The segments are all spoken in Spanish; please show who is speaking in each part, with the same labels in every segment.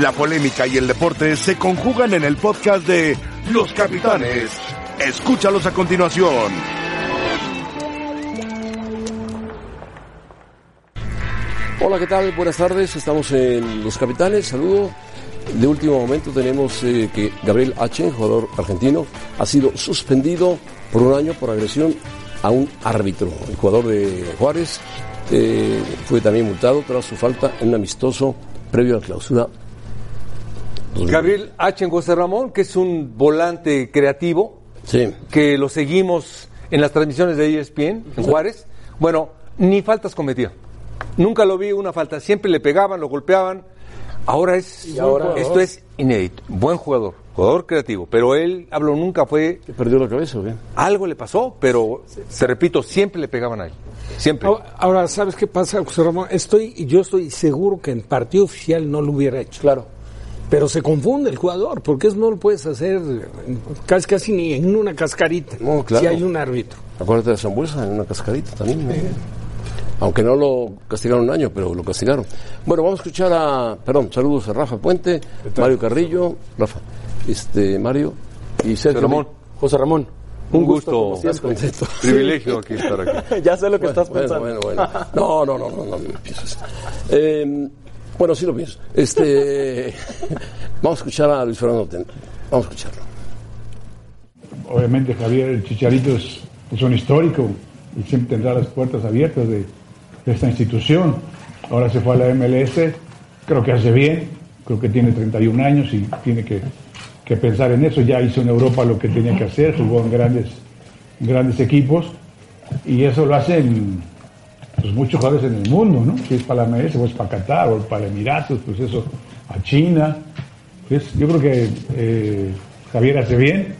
Speaker 1: La polémica y el deporte se conjugan en el podcast de Los Capitanes. Escúchalos a continuación.
Speaker 2: Hola, ¿qué tal? Buenas tardes. Estamos en Los Capitanes. Saludo. De último momento tenemos eh, que Gabriel H., jugador argentino, ha sido suspendido por un año por agresión a un árbitro. El jugador de Juárez eh, fue también multado tras su falta en un amistoso previo a la clausura.
Speaker 3: Gabriel H. en José Ramón, que es un volante creativo,
Speaker 2: Sí.
Speaker 3: que lo seguimos en las transmisiones de E ESPN, en Juárez. Bueno, ni faltas cometía. Nunca lo vi una falta. Siempre le pegaban, lo golpeaban. Ahora es.
Speaker 2: ahora-
Speaker 3: esto es inédito. Buen jugador, jugador creativo. Pero él, hablo, nunca fue.
Speaker 2: ¿Perdió la cabeza o qué?
Speaker 3: Algo le pasó, pero te repito, siempre le pegaban a él. Siempre.
Speaker 4: Ahora- Ahora, ¿sabes qué pasa, José Ramón? Estoy, yo estoy seguro que en partido oficial no lo hubiera hecho. Claro. Pero se confunde el jugador, porque eso no lo puedes hacer casi, casi ni en una cascarita,
Speaker 2: No, claro.
Speaker 4: si hay un árbitro.
Speaker 2: Acuérdate de Zambuesa en una cascarita también. ¿no? Aunque no lo castigaron un año, pero lo castigaron. Bueno, vamos a escuchar a. Perdón, saludos a Rafa Puente, Mario Carrillo, Rafa, este, Mario y Sergio.
Speaker 3: Ramón.
Speaker 5: José Ramón,
Speaker 3: Un gusto,
Speaker 2: Estás contento.
Speaker 3: privilegio aquí estar aquí.
Speaker 5: ya sé lo que estás
Speaker 2: Bueno, bueno,
Speaker 5: pensando.
Speaker 2: bueno. No, no, no, no, no, no pienses. Eh, bueno, sí lo pienso. Este, vamos a escuchar a Luis Fernando Ten. Vamos a escucharlo.
Speaker 6: Obviamente Javier el Chicharito es, es un histórico y siempre tendrá las puertas abiertas de, de esta institución. Ahora se fue a la MLS, creo que hace bien, creo que tiene 31 años y tiene que, que pensar en eso. Ya hizo en Europa lo que tenía que hacer, jugó en grandes, grandes equipos y eso lo hacen pues, muchos jugadores en el mundo, ¿no? Si es para la MLS o es para Qatar o para Emiratos, pues eso, a China. Pues, yo creo que eh, Javier hace bien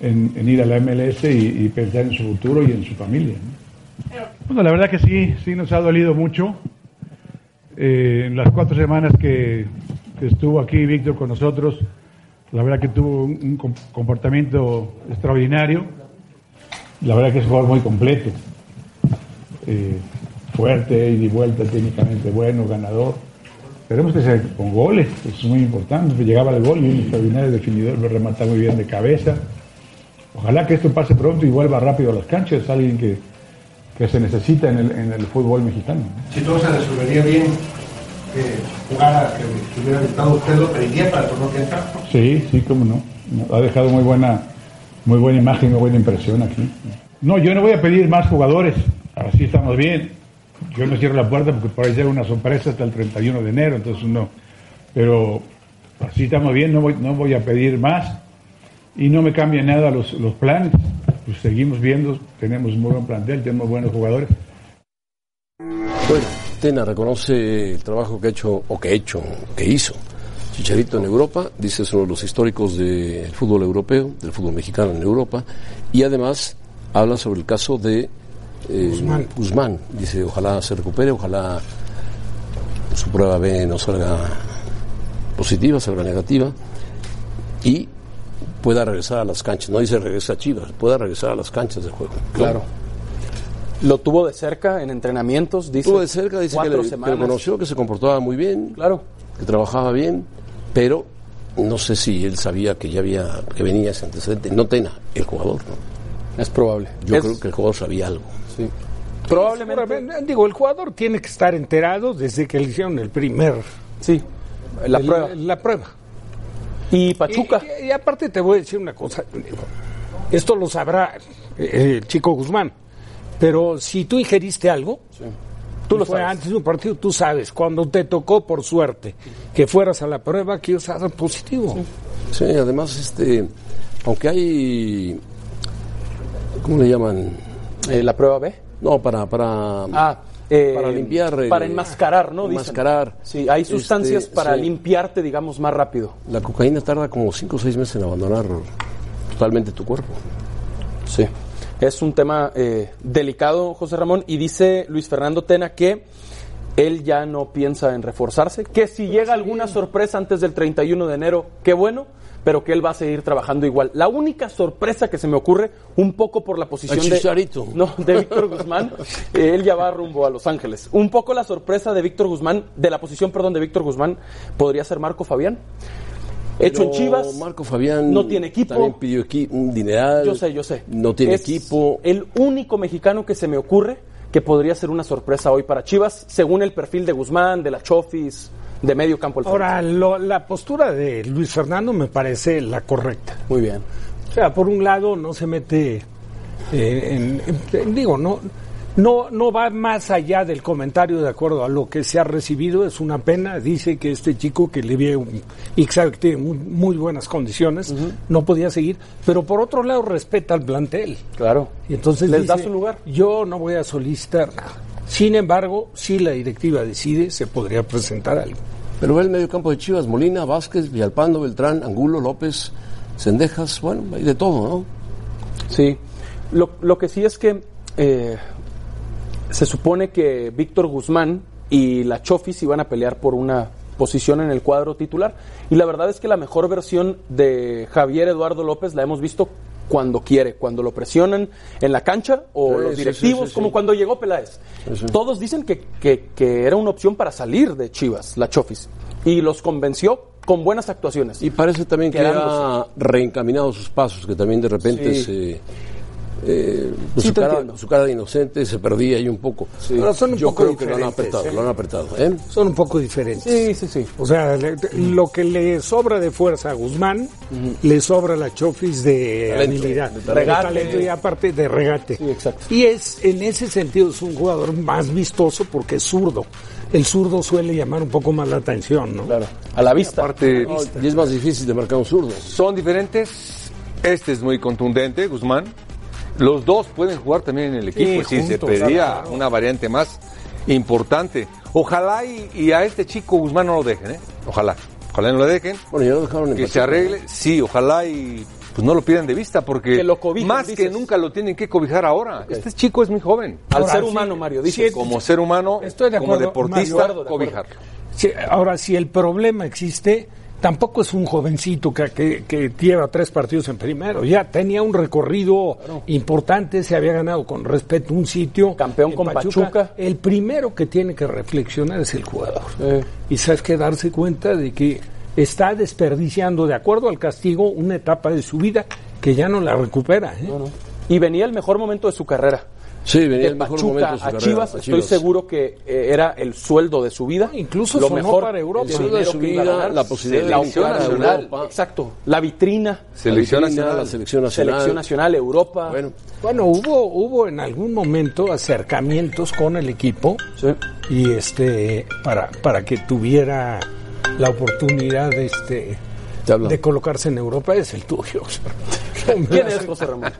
Speaker 6: en, en ir a la MLS y, y pensar en su futuro y en su familia. Bueno, la verdad que sí, sí nos ha dolido mucho. Eh, en las cuatro semanas que, que estuvo aquí Víctor con nosotros, la verdad que tuvo un, un com- comportamiento extraordinario. La verdad que es un jugador muy completo. Eh, fuerte, ida y vuelta, técnicamente bueno, ganador. Tenemos que ser con goles, es muy importante. pues Llegaba al gol y un extraordinario definidor lo remata muy bien de cabeza. Ojalá que esto pase pronto y vuelva rápido a las canchas, alguien que, que se necesita en el, en el fútbol mexicano. ¿no?
Speaker 7: si todo se resolvería bien, eh, jugara que que hubiera gustado usted lo pediría para el torneo que entra.
Speaker 6: Sí, sí, cómo no. Ha dejado muy buena, muy buena imagen, muy buena impresión aquí. No, yo no voy a pedir más jugadores. Así estamos bien. Yo no cierro la puerta porque por ahí llega una sorpresa hasta el 31 de enero, entonces no. Pero así estamos bien, no voy, no voy a pedir más. Y no me cambian nada los, los planes. Pues seguimos viendo, tenemos muy buen plantel, tenemos buenos jugadores.
Speaker 2: Bueno, Tena reconoce el trabajo que ha hecho, o que ha hecho, que hizo Chicharito en Europa, dice es uno de los históricos del fútbol europeo, del fútbol mexicano en Europa, y además habla sobre el caso de eh, Guzmán. Dice, ojalá se recupere, ojalá su prueba B no salga positiva, salga negativa, y pueda regresar a las canchas. No dice regresa a Chivas, pueda regresar a las canchas de juego.
Speaker 5: Claro. Lo tuvo de cerca en entrenamientos, dice.
Speaker 2: Estuvo de cerca, dice que
Speaker 5: cuatro
Speaker 2: le, que
Speaker 5: semanas.
Speaker 2: lo conoció, que se comportaba muy bien,
Speaker 5: Claro.
Speaker 2: que trabajaba bien, pero no sé si él sabía que ya había que venía ese antecedente. No Tena, el jugador. ¿no?
Speaker 5: Es probable.
Speaker 2: Yo
Speaker 5: Es-
Speaker 2: creo que el jugador sabía algo.
Speaker 5: sí.
Speaker 4: Probablemente. Digo, el jugador tiene que estar enterado desde que le hicieron el primer.
Speaker 5: Sí, la
Speaker 4: el-
Speaker 5: prueba.
Speaker 4: La prueba.
Speaker 5: Y Pachuca.
Speaker 4: Y, y aparte te voy a decir una cosa. digo, Esto lo sabrá eh, el chico Guzmán. Pero si tú ingeriste algo, tú lo sabes. Antes de un partido, tú sabes. Cuando te tocó, por suerte, que fueras a la prueba, que ibas a dar positivo.
Speaker 2: Sí, además, este, aunque hay, ¿cómo le llaman?
Speaker 5: Eh, la prueba B.
Speaker 2: No, para para
Speaker 5: Ah, eh,
Speaker 2: para limpiar,
Speaker 5: Para
Speaker 2: eh,
Speaker 5: enmascarar, ¿no? Dicen.
Speaker 2: enmascarar.
Speaker 5: Sí, hay sustancias
Speaker 2: Este,
Speaker 5: para
Speaker 2: sí.
Speaker 5: limpiarte, digamos, más rápido.
Speaker 2: la cocaína tarda como 5 o 6 meses en abandonar totalmente tu cuerpo.
Speaker 5: Sí. Es un tema eh, delicado, José Ramón. Y dice Luis Fernando Tena que Él ya no piensa en reforzarse. Que si llega alguna sorpresa antes del 31 de enero, qué bueno, pero que él va a seguir trabajando igual. La única sorpresa que se me ocurre, un poco por la posición
Speaker 2: El
Speaker 5: de,
Speaker 2: Chicharito.
Speaker 5: no, de Víctor Guzmán, eh, él ya va rumbo a Los Ángeles. Un poco la sorpresa de Víctor Guzmán, de la posición, perdón, de Víctor Guzmán, podría ser Marco Fabián. Hecho en
Speaker 2: Pero
Speaker 5: Chivas.
Speaker 2: Marco Fabián
Speaker 5: no tiene equipo.
Speaker 2: También pidió equi- un dineral.
Speaker 5: Yo sé, yo sé.
Speaker 2: No tiene
Speaker 5: Es
Speaker 2: equipo.
Speaker 5: El único mexicano que se me ocurre que podría ser una sorpresa hoy para Chivas, según el perfil de Guzmán, de la Chofis, de medio campo al frente.
Speaker 4: Ahora, lo- la postura de Luis Fernando me parece la correcta.
Speaker 5: Muy bien.
Speaker 4: O sea, por un lado no se mete, eh, en- en- digo, no, no, no va más allá del comentario de acuerdo a lo que se ha recibido, es una pena, dice que este chico que le vi un- y que sabe que tiene muy, muy buenas condiciones, no podía seguir, pero por otro lado respeta al plantel.
Speaker 5: Claro.
Speaker 4: Y entonces
Speaker 5: les da
Speaker 4: dice,
Speaker 5: su lugar.
Speaker 4: Yo no voy a solicitar nada. Sin embargo, si la directiva decide, se podría presentar algo.
Speaker 2: Pero ve el medio campo de Chivas, Molina, Vázquez, Villalpando, Beltrán, Angulo, López, Sendejas, bueno, hay de todo, ¿no?
Speaker 5: Sí. Lo, lo que sí es que eh, se supone que Víctor Guzmán y la Chofis iban a pelear por una posición en el cuadro titular. Y la verdad es que la mejor versión de Javier Eduardo López la hemos visto cuando quiere, cuando lo presionan en la cancha o
Speaker 2: Sí,
Speaker 5: los
Speaker 2: sí,
Speaker 5: directivos,
Speaker 2: sí, sí, sí.
Speaker 5: como cuando llegó Peláez. Todos dicen que, que- que era una opción para salir de Chivas, la Chofis. Y los convenció con buenas actuaciones.
Speaker 2: Y parece también que ha
Speaker 5: Quedándose.
Speaker 2: reencaminado sus pasos, que también de repente
Speaker 5: Sí.
Speaker 2: se... eh, pues
Speaker 5: Sí,
Speaker 2: su,
Speaker 5: te
Speaker 2: cara,
Speaker 5: entiendo.
Speaker 2: su cara de inocente se perdía ahí un poco.
Speaker 4: Ahora son un
Speaker 2: Yo
Speaker 4: poco
Speaker 2: creo que lo han
Speaker 4: diferentes,
Speaker 2: apretado,
Speaker 4: ¿eh?
Speaker 2: lo han apretado. ¿eh?
Speaker 4: Son un poco diferentes.
Speaker 5: sí, sí, Mm. sí.
Speaker 4: O sea, le- lo que le sobra de fuerza a Guzmán,
Speaker 5: Mm.
Speaker 4: le sobra la Chofis de
Speaker 2: Talento,
Speaker 4: habilidad,
Speaker 2: de
Speaker 4: de
Speaker 2: talento.
Speaker 4: talento y aparte de regate.
Speaker 5: Sí, exacto.
Speaker 4: Y es en ese sentido es un jugador más vistoso porque es zurdo. El zurdo suele llamar un poco más la atención, ¿no?
Speaker 5: Claro. A la vista.
Speaker 3: Aparte,
Speaker 2: Y es más difícil de marcar un zurdo.
Speaker 3: son diferentes. Este es muy contundente, Guzmán. Los dos pueden jugar también en el equipo.
Speaker 4: Sí,
Speaker 3: Sí, se
Speaker 4: juntos,
Speaker 3: pedía
Speaker 4: claro.
Speaker 3: una variante más importante. Ojalá y, y a este chico Guzmán no lo dejen, ¿eh? Ojalá. Ojalá no lo dejen.
Speaker 2: Bueno, ya lo dejaron en
Speaker 3: Que se
Speaker 2: Pachuca.
Speaker 3: arregle. Sí, ojalá y pues no lo pierdan de vista porque
Speaker 5: Que lo cobijen,
Speaker 3: más que
Speaker 5: dices.
Speaker 3: nunca lo tienen que cobijar ahora. Este chico es muy joven.
Speaker 5: Al
Speaker 4: Ahora,
Speaker 5: ser
Speaker 4: sí,
Speaker 5: humano, Mario,
Speaker 4: sí,
Speaker 5: dice.
Speaker 4: es-
Speaker 3: Como ser humano,
Speaker 4: Estoy de
Speaker 3: como
Speaker 4: acuerdo, Mario.
Speaker 3: deportista,
Speaker 4: De acuerdo,
Speaker 5: de acuerdo.
Speaker 3: cobijarlo.
Speaker 4: Sí, ahora, si el problema existe, tampoco es un jovencito que, que- que lleva tres partidos en primero. Ya tenía un recorrido importante, se había ganado con respeto un sitio.
Speaker 5: Campeón
Speaker 4: en
Speaker 5: con Pachuca.
Speaker 4: El primero que tiene que reflexionar es el jugador.
Speaker 5: Sí.
Speaker 4: Y sabes que darse cuenta de que está desperdiciando, de acuerdo al castigo, una etapa de su vida que ya no la recupera. ¿eh?
Speaker 5: Y venía el mejor momento de su carrera.
Speaker 2: Sí, venía
Speaker 5: De
Speaker 2: el mejor
Speaker 5: Pachuca
Speaker 2: momento
Speaker 5: a
Speaker 2: de su carrera,
Speaker 5: Chivas,
Speaker 2: a
Speaker 5: estoy seguro que eh, era el sueldo de su vida.
Speaker 4: Incluso
Speaker 5: lo
Speaker 4: sonó
Speaker 5: mejor
Speaker 4: para Europa.
Speaker 5: el
Speaker 2: El sueldo de
Speaker 5: dinero
Speaker 2: su
Speaker 5: que iba a
Speaker 2: vida,
Speaker 5: ganar,
Speaker 2: la posibilidad
Speaker 5: la
Speaker 2: de ir a
Speaker 5: opción nacional,
Speaker 2: Europa.
Speaker 5: Exacto. La vitrina,
Speaker 3: Selección
Speaker 2: La vitrina,
Speaker 3: nacional.
Speaker 2: La selección nacional.
Speaker 5: selección nacional, Europa.
Speaker 2: Bueno,
Speaker 4: Bueno, hubo, hubo en algún momento acercamientos con el equipo
Speaker 5: Sí.
Speaker 4: y este para, para que tuviera la oportunidad de este
Speaker 2: Te hablo.
Speaker 4: de colocarse en Europa es el tuyo.
Speaker 5: ¿Quién es José Ramón?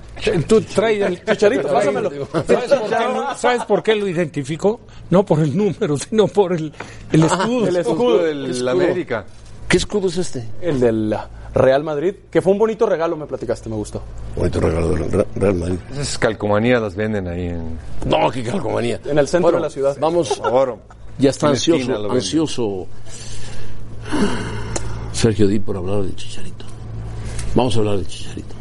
Speaker 4: Tú traes el
Speaker 5: Chicharito,
Speaker 4: traes-
Speaker 5: pásamelo.
Speaker 4: ¿Sabes por, qué lo, ¿Sabes por qué lo identificó? No por el número, sino por el, el escudo.
Speaker 3: El escudo del América.
Speaker 2: ¿qué escudo es este?
Speaker 5: El del Real Madrid, que fue un bonito regalo, me platicaste, me gustó.
Speaker 2: Bonito regalo del Re- Real Madrid.
Speaker 3: Esas calcomanías las venden ahí en
Speaker 2: No, qué calcomanía.
Speaker 5: En el centro de la ciudad.
Speaker 2: Vamos,
Speaker 3: Oro.
Speaker 2: ya está
Speaker 3: En esquina lo
Speaker 2: ansioso, ansioso
Speaker 3: venden.
Speaker 2: Sergio Di por hablar del Chicharito. Vamos a hablar del Chicharito.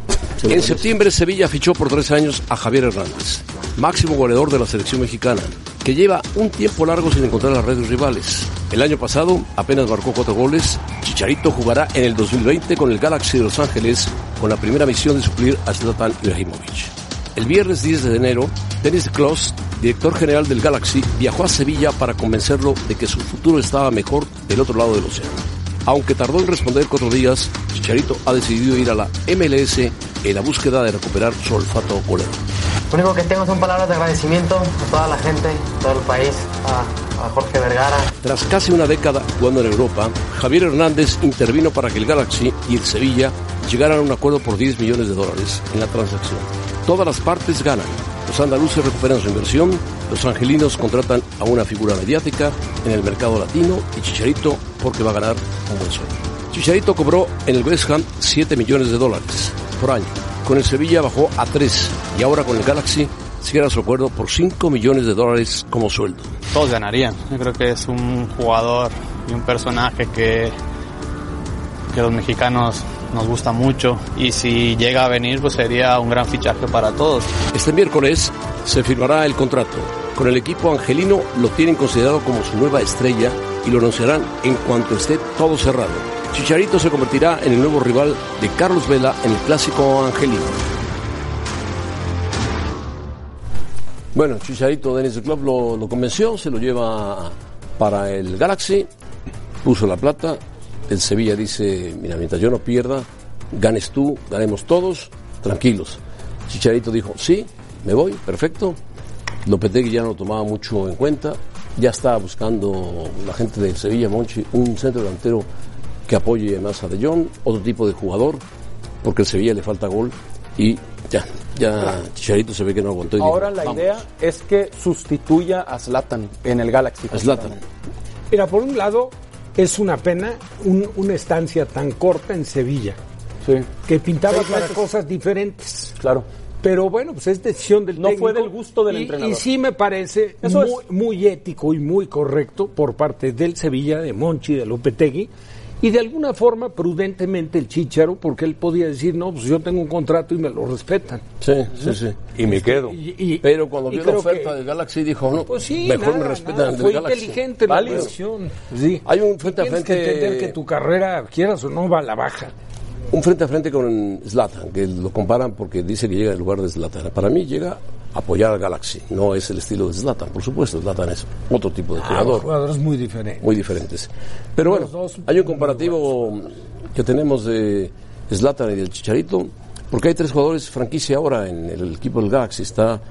Speaker 2: En septiembre Sevilla fichó por tres años a Javier Hernández, máximo goleador de la selección mexicana, que lleva un tiempo largo sin encontrar las redes rivales. El año pasado apenas marcó cuatro goles. Chicharito jugará en el 2020 con el Galaxy de Los Ángeles con la primera misión de suplir a Zlatan Ibrahimovic. El viernes 10 de enero, Dennis Kloss, director general del Galaxy, viajó a Sevilla para convencerlo de que su futuro estaba mejor del otro lado del océano. Aunque tardó en responder cuatro días, Chicharito ha decidido ir a la MLS en la búsqueda de recuperar su olfato goleador.
Speaker 8: Lo único que tengo son palabras de agradecimiento a toda la gente, a todo el país, a, a Jorge Vergara.
Speaker 2: Tras casi una década jugando en Europa, Javier Hernández intervino para que el Galaxy y el Sevilla llegaran a un acuerdo por 10 millones de dólares en la transacción. Todas las partes ganan. Los andaluces recuperan su inversión, los angelinos contratan a una figura mediática en el mercado latino y Chicharito porque va a ganar un buen sueldo. Chicharito cobró en el West Ham 7 millones de dólares por año. Con el Sevilla bajó a 3 y ahora con el Galaxy cierra su acuerdo por 5 millones de dólares como sueldo.
Speaker 9: Todos ganarían. Yo creo que es un jugador y un personaje que, que los mexicanos nos gusta mucho y si llega a venir pues sería un gran fichaje para todos.
Speaker 2: Este miércoles se firmará el contrato. Con el equipo angelino lo tienen considerado como su nueva estrella y lo anunciarán en cuanto esté todo cerrado. Chicharito se convertirá en el nuevo rival de Carlos Vela en el clásico angelino. Bueno, Chicharito Denis del Club lo, lo convenció, se lo lleva para el Galaxy, puso la plata, el Sevilla dice, mira, mientras yo no pierda, ganes tú, ganemos todos, tranquilos. Chicharito dijo, sí, me voy, perfecto. Lopetegui ya no lo tomaba mucho en cuenta, ya estaba buscando la gente del Sevilla, Monchi, un centro delantero que apoye más a De Jong, otro tipo de jugador, porque al Sevilla le falta gol y ya, ya Chicharito se ve que no aguantó. y dijo,
Speaker 5: Ahora la
Speaker 2: "Vamos".
Speaker 5: idea es que sustituya a Zlatan en el Galaxy.
Speaker 2: A Zlatan.
Speaker 4: Mira, por un lado, es una pena un- una estancia tan corta en Sevilla,
Speaker 5: Sí,
Speaker 4: que pintaba
Speaker 5: Seis
Speaker 4: para
Speaker 5: meses.
Speaker 4: cosas diferentes.
Speaker 5: claro.
Speaker 4: Pero bueno, pues es decisión del
Speaker 5: No
Speaker 4: técnico.
Speaker 5: fue del gusto del
Speaker 4: y-
Speaker 5: entrenador.
Speaker 4: Y sí me parece
Speaker 5: Eso
Speaker 4: muy, muy ético y muy correcto por parte del Sevilla, de Monchi, de Lopetegui. Y de alguna forma, prudentemente, el Chicharo, porque él podía decir, no, pues yo tengo un contrato y me lo respetan.
Speaker 2: Sí, sí, sí.
Speaker 3: Y me quedo.
Speaker 4: Y- y-
Speaker 2: Pero cuando
Speaker 4: y
Speaker 2: vio la
Speaker 4: creo
Speaker 2: oferta
Speaker 4: que-
Speaker 2: del Galaxy dijo, no,
Speaker 4: Pues sí,
Speaker 2: mejor
Speaker 4: nada,
Speaker 2: me respetan
Speaker 4: nada,
Speaker 2: el del
Speaker 4: Fue
Speaker 2: Galaxy.
Speaker 4: inteligente la
Speaker 2: Válido.
Speaker 4: decisión. Sí.
Speaker 2: Hay un
Speaker 4: Y
Speaker 2: frente a
Speaker 4: tienes
Speaker 2: frente-
Speaker 4: que entender que tu carrera, quieras o no, va a la baja.
Speaker 2: Un frente a frente con Zlatan, que lo comparan porque dice que llega en lugar de Zlatan. Para mí llega a apoyar al Galaxy, no es el estilo de Zlatan, por supuesto, Zlatan es otro tipo de
Speaker 4: Los
Speaker 2: jugador,
Speaker 4: jugadores muy diferentes.
Speaker 2: muy diferentes. Pero bueno,
Speaker 4: Los dos
Speaker 2: hay un comparativo que tenemos de Zlatan y del Chicharito, porque hay tres jugadores franquicia ahora en el equipo del Galaxy, está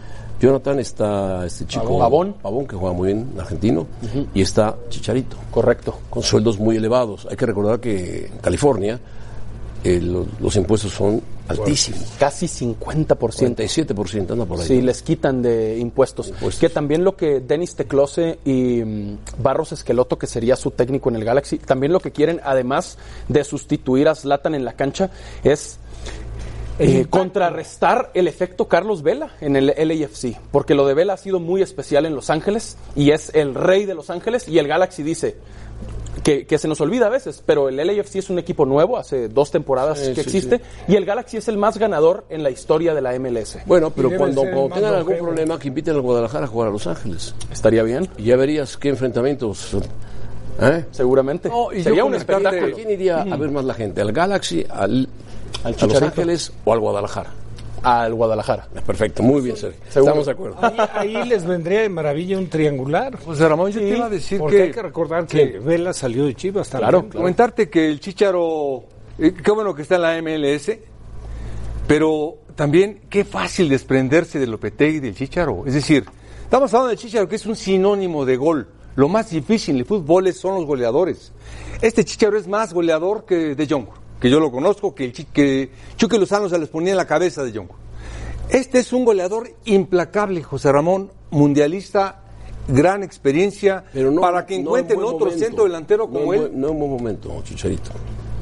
Speaker 2: Jonathan, está este chico
Speaker 5: Pavón.
Speaker 2: que juega muy bien, argentino, y está Chicharito
Speaker 5: Correcto.
Speaker 2: con sueldos muy elevados. Hay que recordar que en California eh, lo- los, impuestos son altísimos.
Speaker 5: Casi 50%.
Speaker 2: 37% anda por ahí.
Speaker 5: Sí,
Speaker 2: ¿no?
Speaker 5: les quitan de impuestos.
Speaker 2: Impuestos.
Speaker 5: Que también lo que Denis Teclose y mm, Barros Esqueloto, que sería su técnico en el Galaxy, también lo que quieren, además de sustituir a Zlatan en la cancha, es eh, contrarrestar el efecto Carlos Vela en el LAFC. Porque lo de Vela ha sido muy especial en Los Ángeles y es el rey de Los Ángeles y el Galaxy dice... Que, que se nos olvida a veces, pero el LAFC es un equipo nuevo, hace dos temporadas
Speaker 2: Sí,
Speaker 5: que
Speaker 2: sí,
Speaker 5: existe, y el Galaxy es el más ganador en la historia de la MLS.
Speaker 2: Bueno, pero
Speaker 4: Y debe
Speaker 2: cuando,
Speaker 4: ser el
Speaker 2: cuando
Speaker 4: más
Speaker 2: tengan algún
Speaker 4: longevo.
Speaker 2: problema, que inviten al Guadalajara a jugar a Los Ángeles.
Speaker 5: Estaría bien,
Speaker 2: Y ya verías qué enfrentamientos. ¿eh?
Speaker 5: seguramente. Sería un espectáculo.
Speaker 2: ¿A quién iría a ver más la gente? ¿Al Galaxy, al, a Los
Speaker 5: Chicharito.
Speaker 2: Ángeles o al Guadalajara?
Speaker 5: Al Guadalajara.
Speaker 2: Perfecto, muy bien, Sergio.
Speaker 5: Seguro.
Speaker 2: Estamos de acuerdo.
Speaker 4: Ahí, ahí les vendría de maravilla un triangular.
Speaker 3: Pues Ramón, yo te iba a decir
Speaker 4: Porque
Speaker 3: que...
Speaker 4: hay que recordar que Vela salió de Chivas también.
Speaker 5: Claro, claro.
Speaker 3: Comentarte que el Chicharo, eh, qué bueno que está en la MLS, pero también qué fácil desprenderse de Lopetegui y del Chicharo. Es decir, estamos hablando del Chicharo, que es un sinónimo de gol. Lo más difícil en el fútbol es- son los goleadores. Este Chicharo es más goleador que De Jong, que yo lo conozco, que, el Chi- que Chucky Lozano se les ponía en la cabeza de Jong. Este es un goleador implacable, José Ramón, mundialista, gran experiencia,
Speaker 2: Pero no-
Speaker 3: para que
Speaker 2: no en
Speaker 3: encuentren
Speaker 2: buen
Speaker 3: otro
Speaker 2: momento.
Speaker 3: centro delantero
Speaker 2: No
Speaker 3: como
Speaker 2: en
Speaker 3: él.
Speaker 2: buen- No en buen momento, Chicharito.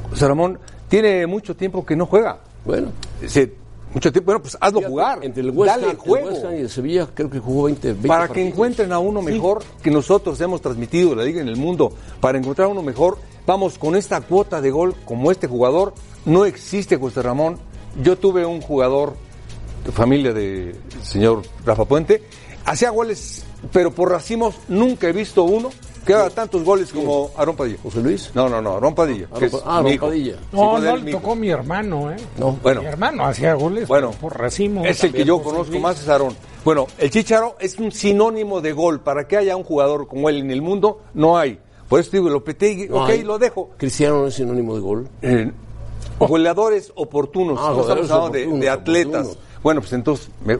Speaker 3: José Ramón tiene mucho tiempo que no juega.
Speaker 2: Bueno,
Speaker 3: Se- mucho tiempo, bueno, pues hazlo jugar.
Speaker 2: Entre el West,
Speaker 3: Dale
Speaker 2: Ham,
Speaker 3: el juego.
Speaker 2: el West Ham y el Sevilla creo que jugó 20, 20
Speaker 3: para que
Speaker 2: partidos.
Speaker 3: encuentren a uno mejor que nosotros hemos transmitido, la liga en el mundo. Para encontrar a uno mejor, vamos con esta cuota de gol como este jugador. No existe, José Ramón. Yo tuve un jugador de familia del señor Rafa Puente. Hacía goles, pero por racimos nunca he visto uno que haga tantos goles como Aarón Padilla.
Speaker 2: José Luis.
Speaker 3: No, no, no, Aarón Padilla.
Speaker 2: Aarón
Speaker 3: que es
Speaker 2: Pa- ah, Aarón
Speaker 3: mi hijo.
Speaker 2: Padilla.
Speaker 3: Sí,
Speaker 4: No,
Speaker 3: con
Speaker 4: no
Speaker 3: él, mi
Speaker 4: le
Speaker 3: hijo.
Speaker 4: tocó mi hermano, ¿eh?
Speaker 2: No.
Speaker 3: Bueno.
Speaker 4: Mi hermano hacía goles
Speaker 3: Bueno,
Speaker 4: por racimo.
Speaker 3: Es el que
Speaker 4: también
Speaker 3: yo
Speaker 4: por
Speaker 3: conozco
Speaker 4: Luis.
Speaker 3: más, es Aarón. Bueno, el Chicharo es un sinónimo de gol. Para que haya un jugador como él en el mundo, no hay. Por eso digo, Lopetegui,
Speaker 2: No
Speaker 3: ok,
Speaker 2: hay.
Speaker 3: lo dejo.
Speaker 2: Cristiano no es sinónimo de gol.
Speaker 3: Eh, goleadores oportunos,
Speaker 2: Oh. Ah,
Speaker 3: no
Speaker 2: goleadores
Speaker 3: estamos hablando de- de,
Speaker 2: oportunos,
Speaker 3: atletas.
Speaker 2: oportunos.
Speaker 3: Bueno, pues entonces me-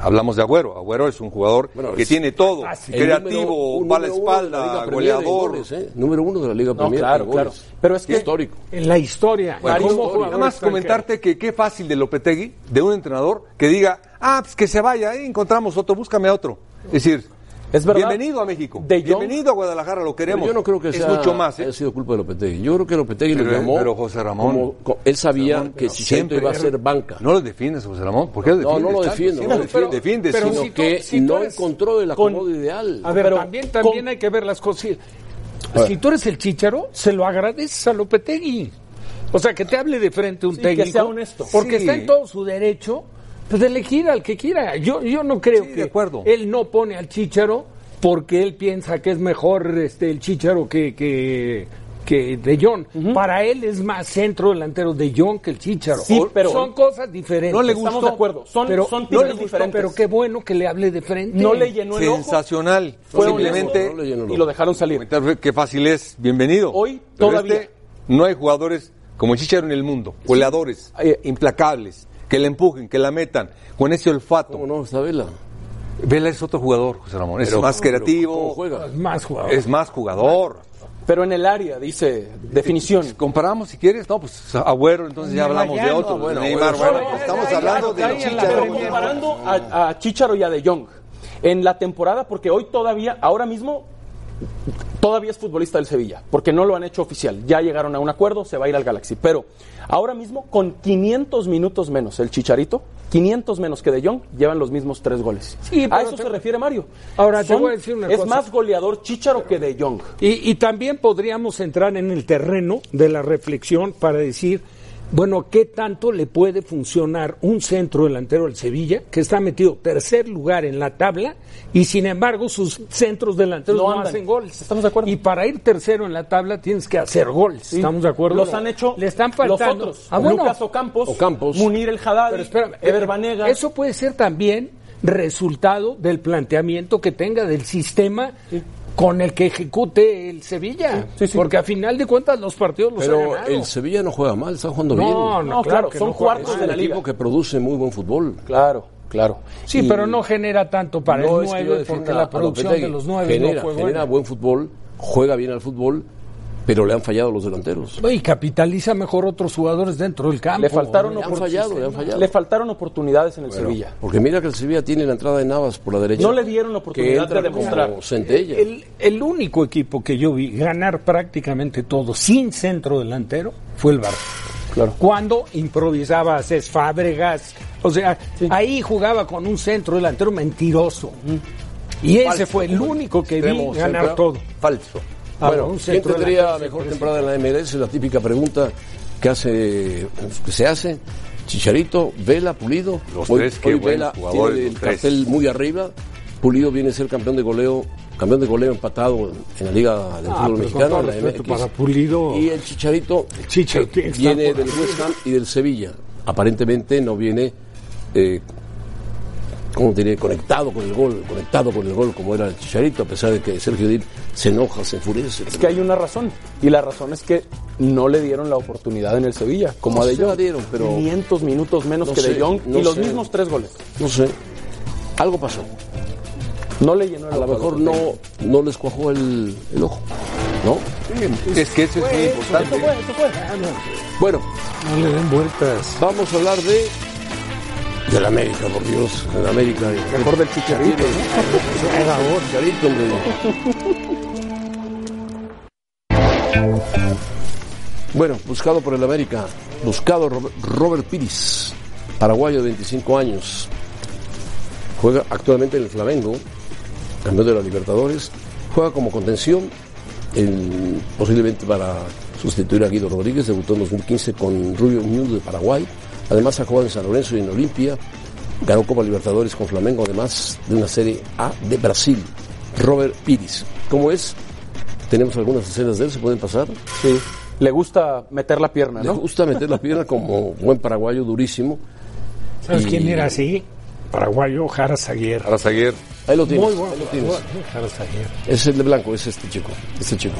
Speaker 3: hablamos de Agüero. Agüero es un jugador
Speaker 2: Bueno,
Speaker 3: que
Speaker 2: es-
Speaker 3: tiene todo.
Speaker 4: Ah, sí.
Speaker 2: El
Speaker 3: Creativo,
Speaker 2: número-
Speaker 3: bala
Speaker 2: número uno de la Liga
Speaker 3: espalda,
Speaker 2: Premier en
Speaker 3: goleador.
Speaker 2: goles, ¿eh? Número uno de la Liga Premier.
Speaker 5: claro,
Speaker 2: en goles.
Speaker 5: claro. Pero es que-
Speaker 2: Histórico.
Speaker 4: En la historia.
Speaker 3: Bueno,
Speaker 4: como
Speaker 3: ¿cómo-
Speaker 4: jugador
Speaker 3: nada más
Speaker 4: extranjero.
Speaker 3: comentarte que qué fácil de Lopetegui, de un entrenador, que diga, ah, pues que se vaya, eh, encontramos otro, búscame a otro. Es decir,
Speaker 5: Es verdad.
Speaker 3: Bienvenido a México.
Speaker 5: De Jong-
Speaker 3: Bienvenido a Guadalajara, lo queremos.
Speaker 2: Pero yo no creo que
Speaker 3: es
Speaker 2: sea,
Speaker 3: mucho más. ¿eh?
Speaker 2: haya sido culpa de Lopetegui. Yo creo que Lopetegui lo
Speaker 3: Pero-
Speaker 2: llamó.
Speaker 3: pero José Ramón-
Speaker 2: como- co- él sabía que
Speaker 3: pero
Speaker 2: Chicharito iba a ser banca.
Speaker 3: No lo defiendes, José Ramón. ¿Por qué lo
Speaker 2: No,
Speaker 3: defiendes?
Speaker 2: no lo
Speaker 3: tanto?
Speaker 2: defiendo,
Speaker 3: Sí,
Speaker 2: no
Speaker 3: lo
Speaker 2: lo
Speaker 3: defiendes,
Speaker 2: defiendo.
Speaker 3: defiendes,
Speaker 4: Pero sí-
Speaker 3: sino-
Speaker 2: sino que
Speaker 4: si tú
Speaker 2: no
Speaker 4: eres
Speaker 2: encontró el
Speaker 4: con-
Speaker 2: acomodo ideal.
Speaker 4: A ver,
Speaker 5: Pero
Speaker 4: también, también
Speaker 5: con-
Speaker 4: hay que ver las cosas.
Speaker 2: A ver.
Speaker 4: Si tú eres el chicharo, se lo agradeces a Lopetegui. O sea, que te hable de frente un
Speaker 5: Sí, que
Speaker 4: técnico.
Speaker 5: sea honesto.
Speaker 4: Porque
Speaker 3: Sí.
Speaker 4: está en todo su derecho pues, de elegir al que quiera. Yo, yo no creo
Speaker 3: Sí, de
Speaker 4: que
Speaker 3: acuerdo.
Speaker 4: él no pone al chicharo porque él piensa que es mejor este el chicharo que, que, que De Jong. Para él es más centro delantero De Jong que el chicharo.
Speaker 5: Sí, pero-
Speaker 4: Son cosas diferentes.
Speaker 5: No le Estamos gustó. de acuerdo. Son-
Speaker 4: pero,
Speaker 5: son
Speaker 4: no le
Speaker 5: tipos
Speaker 4: gustó,
Speaker 5: diferentes.
Speaker 4: pero qué bueno que le hable de frente.
Speaker 5: No le llenó el ojo
Speaker 3: sensacional.
Speaker 5: Fue
Speaker 3: Simplemente
Speaker 2: honesto, no le llenó el
Speaker 5: y lo dejaron salir.
Speaker 3: comentar qué fácil es. Bienvenido.
Speaker 5: Hoy,
Speaker 3: Pero
Speaker 5: todavía.
Speaker 3: este, no hay jugadores como Chicharo en el mundo. Goleadores,
Speaker 5: Eh,
Speaker 3: implacables, que le empujen, que la metan, con ese
Speaker 2: ¿Cómo
Speaker 3: olfato.
Speaker 2: no? Está Vela.
Speaker 3: Vela es otro jugador, José Ramón. Es
Speaker 2: Pero-
Speaker 3: más
Speaker 2: pero
Speaker 3: creativo,
Speaker 2: ¿Cómo juega?
Speaker 4: Más jugadores.
Speaker 3: es más jugador.
Speaker 5: Pero en el área, dice, definición.
Speaker 3: Comparamos si quieres, no, pues Agüero, entonces ya hablamos de otro.
Speaker 2: bueno,
Speaker 3: de Neymar,
Speaker 2: Agüero.
Speaker 3: bueno, pues, estamos hablando de
Speaker 5: Pero
Speaker 3: Chicharo.
Speaker 5: comparando a, a Chicharo y a De Jong en la temporada, porque hoy todavía, ahora mismo, todavía es futbolista del Sevilla, porque no lo han hecho oficial. Ya llegaron a un acuerdo, se va a ir al Galaxy. Pero ahora mismo, con 500 minutos menos el Chicharito, 500 menos que De Jong, llevan los mismos tres goles.
Speaker 4: Sí,
Speaker 5: a
Speaker 4: pero
Speaker 5: eso
Speaker 4: te-
Speaker 5: se refiere Mario.
Speaker 4: Ahora, te voy a decir una
Speaker 5: es
Speaker 4: cosa.
Speaker 5: más goleador Chicharo que De Jong.
Speaker 4: Y, y también podríamos entrar en el terreno de la reflexión para decir, bueno, ¿qué tanto le puede funcionar un centro delantero al Sevilla, que está metido tercer lugar en la tabla, y sin embargo sus centros delanteros
Speaker 5: No
Speaker 4: no,
Speaker 5: andan.
Speaker 4: hacen goles?
Speaker 5: Estamos de acuerdo.
Speaker 4: Y para ir tercero en la tabla tienes que hacer goles. ¿Estamos de acuerdo?
Speaker 5: Los han hecho
Speaker 4: Le están faltando.
Speaker 5: los otros.
Speaker 4: Ah, bueno.
Speaker 5: Lucas Ocampos,
Speaker 2: Ocampos.
Speaker 5: Munir El Haddad,
Speaker 4: Pero espérame,
Speaker 5: Ever
Speaker 4: eh,
Speaker 5: Banega.
Speaker 4: Eso puede ser también resultado del planteamiento que tenga del sistema con el que ejecute el Sevilla.
Speaker 5: Sí, sí, sí.
Speaker 4: Porque a final de cuentas los partidos los ha
Speaker 2: Pero
Speaker 4: ganado.
Speaker 2: el Sevilla no juega mal, está jugando bien.
Speaker 4: No, no,
Speaker 5: No, claro,
Speaker 4: claro, que
Speaker 5: son
Speaker 4: no juega
Speaker 5: cuartos
Speaker 2: Es
Speaker 5: de
Speaker 2: un
Speaker 5: la liga.
Speaker 2: equipo que produce muy buen fútbol.
Speaker 5: Claro, claro.
Speaker 4: Sí,
Speaker 5: eh, Y-
Speaker 4: pero no genera tanto para
Speaker 2: No
Speaker 4: el
Speaker 2: es que yo
Speaker 4: 9
Speaker 2: defienda
Speaker 4: porque
Speaker 2: a
Speaker 4: la producción de
Speaker 2: Lopetegui.
Speaker 4: los 9
Speaker 2: genera,
Speaker 4: no fue
Speaker 2: genera
Speaker 4: buena.
Speaker 2: buen fútbol, juega bien al fútbol, pero le han fallado los delanteros.
Speaker 4: Y capitaliza mejor otros jugadores dentro del campo.
Speaker 5: Le faltaron
Speaker 2: Le han
Speaker 5: opor-
Speaker 2: fallado, le han fallado.
Speaker 5: Le faltaron oportunidades en el
Speaker 2: Bueno,
Speaker 5: Sevilla.
Speaker 2: Porque mira que el Sevilla tiene la entrada de Navas por la derecha.
Speaker 5: No le dieron la oportunidad
Speaker 2: que entra
Speaker 5: de demostrar.
Speaker 2: como centella.
Speaker 4: El, el único equipo que yo vi ganar prácticamente todo sin centro delantero fue el Barça.
Speaker 5: Claro.
Speaker 4: Cuando improvisaba a Cés Fábregas, o sea, ahí jugaba con un centro delantero mentiroso. Y ese
Speaker 2: Falso,
Speaker 4: fue el
Speaker 2: como
Speaker 4: único que vi
Speaker 2: extremo
Speaker 4: ganar
Speaker 2: central.
Speaker 4: todo.
Speaker 3: Falso.
Speaker 4: Ah,
Speaker 2: Bueno,
Speaker 4: un
Speaker 2: ¿quién
Speaker 4: centro
Speaker 2: tendría
Speaker 4: delantero Ah,
Speaker 2: mejor
Speaker 4: siempre
Speaker 2: temporada en la MLS? La típica pregunta que hace que se hace. Chicharito, Vela, Pulido.
Speaker 3: Los tres, qué buenos
Speaker 2: Vela tiene
Speaker 3: jugadores, los
Speaker 2: el
Speaker 3: tres.
Speaker 2: cartel muy arriba. Pulido viene a ser campeón de goleo, campeón de goleo empatado en la Liga del Fútbol
Speaker 4: Ah, pero pues con
Speaker 2: Mexicano,
Speaker 4: todo
Speaker 2: en la
Speaker 4: respeto
Speaker 2: MX.
Speaker 4: para Pulido.
Speaker 2: Y el Chicharito
Speaker 4: Chicho, tiene que estar
Speaker 2: viene
Speaker 4: por
Speaker 2: del West Ham y del Sevilla. Aparentemente no viene eh, ¿cómo te diré? conectado con el gol, conectado con el gol como era el Chicharito, a pesar de que Sergio Dil se enoja, se enfurece.
Speaker 5: Es que hay una razón. Y la razón es que no le dieron la oportunidad en el Sevilla, como
Speaker 2: No
Speaker 5: a De
Speaker 2: se la
Speaker 5: Jong.
Speaker 2: dieron, pero-
Speaker 5: 500 minutos menos
Speaker 2: No
Speaker 5: que De
Speaker 2: sé,
Speaker 5: Jong
Speaker 2: no
Speaker 5: y los
Speaker 2: sé.
Speaker 5: mismos tres goles.
Speaker 2: No sé, algo pasó.
Speaker 5: No le llenó el
Speaker 2: A lo
Speaker 5: ojo
Speaker 2: mejor no,
Speaker 5: Lopetegui.
Speaker 2: no les cuajó el, el ojo, ¿no?
Speaker 3: Es que eso es muy importante.
Speaker 5: Eso fue, eso fue. Ah,
Speaker 2: Bueno,
Speaker 4: No le den vueltas.
Speaker 2: vamos a hablar de... De la América, por Dios, de la América.
Speaker 5: Mejor del Chicharito.
Speaker 2: Chicharito, hombre. Bueno, buscado por el América, buscado Ro- Robert Piris, paraguayo de 25 años. Juega actualmente en el Flamengo, campeón de la Libertadores. Juega como contención, en- posiblemente para sustituir a Guido Rodríguez, debutó en 2015 con Rubio Ñu de Paraguay. Además ha jugado en San Lorenzo y en Olimpia. Ganó Copa Libertadores con Flamengo, además de una Serie A de Brasil. Robert Piris. ¿Cómo es? Tenemos algunas escenas de él, se pueden pasar.
Speaker 5: Sí. Le gusta meter la pierna,
Speaker 2: Le
Speaker 5: ¿no?
Speaker 2: gusta meter la pierna como buen paraguayo durísimo.
Speaker 4: ¿Sabes
Speaker 2: Y-
Speaker 4: quién era así? Paraguayo Jara Zaguer.
Speaker 3: Arazaguer.
Speaker 2: Ahí lo tienes.
Speaker 4: Muy bueno.
Speaker 2: ahí lo tienes.
Speaker 4: Jara Zaguer.
Speaker 2: Es el de blanco, es este chico. Este chico.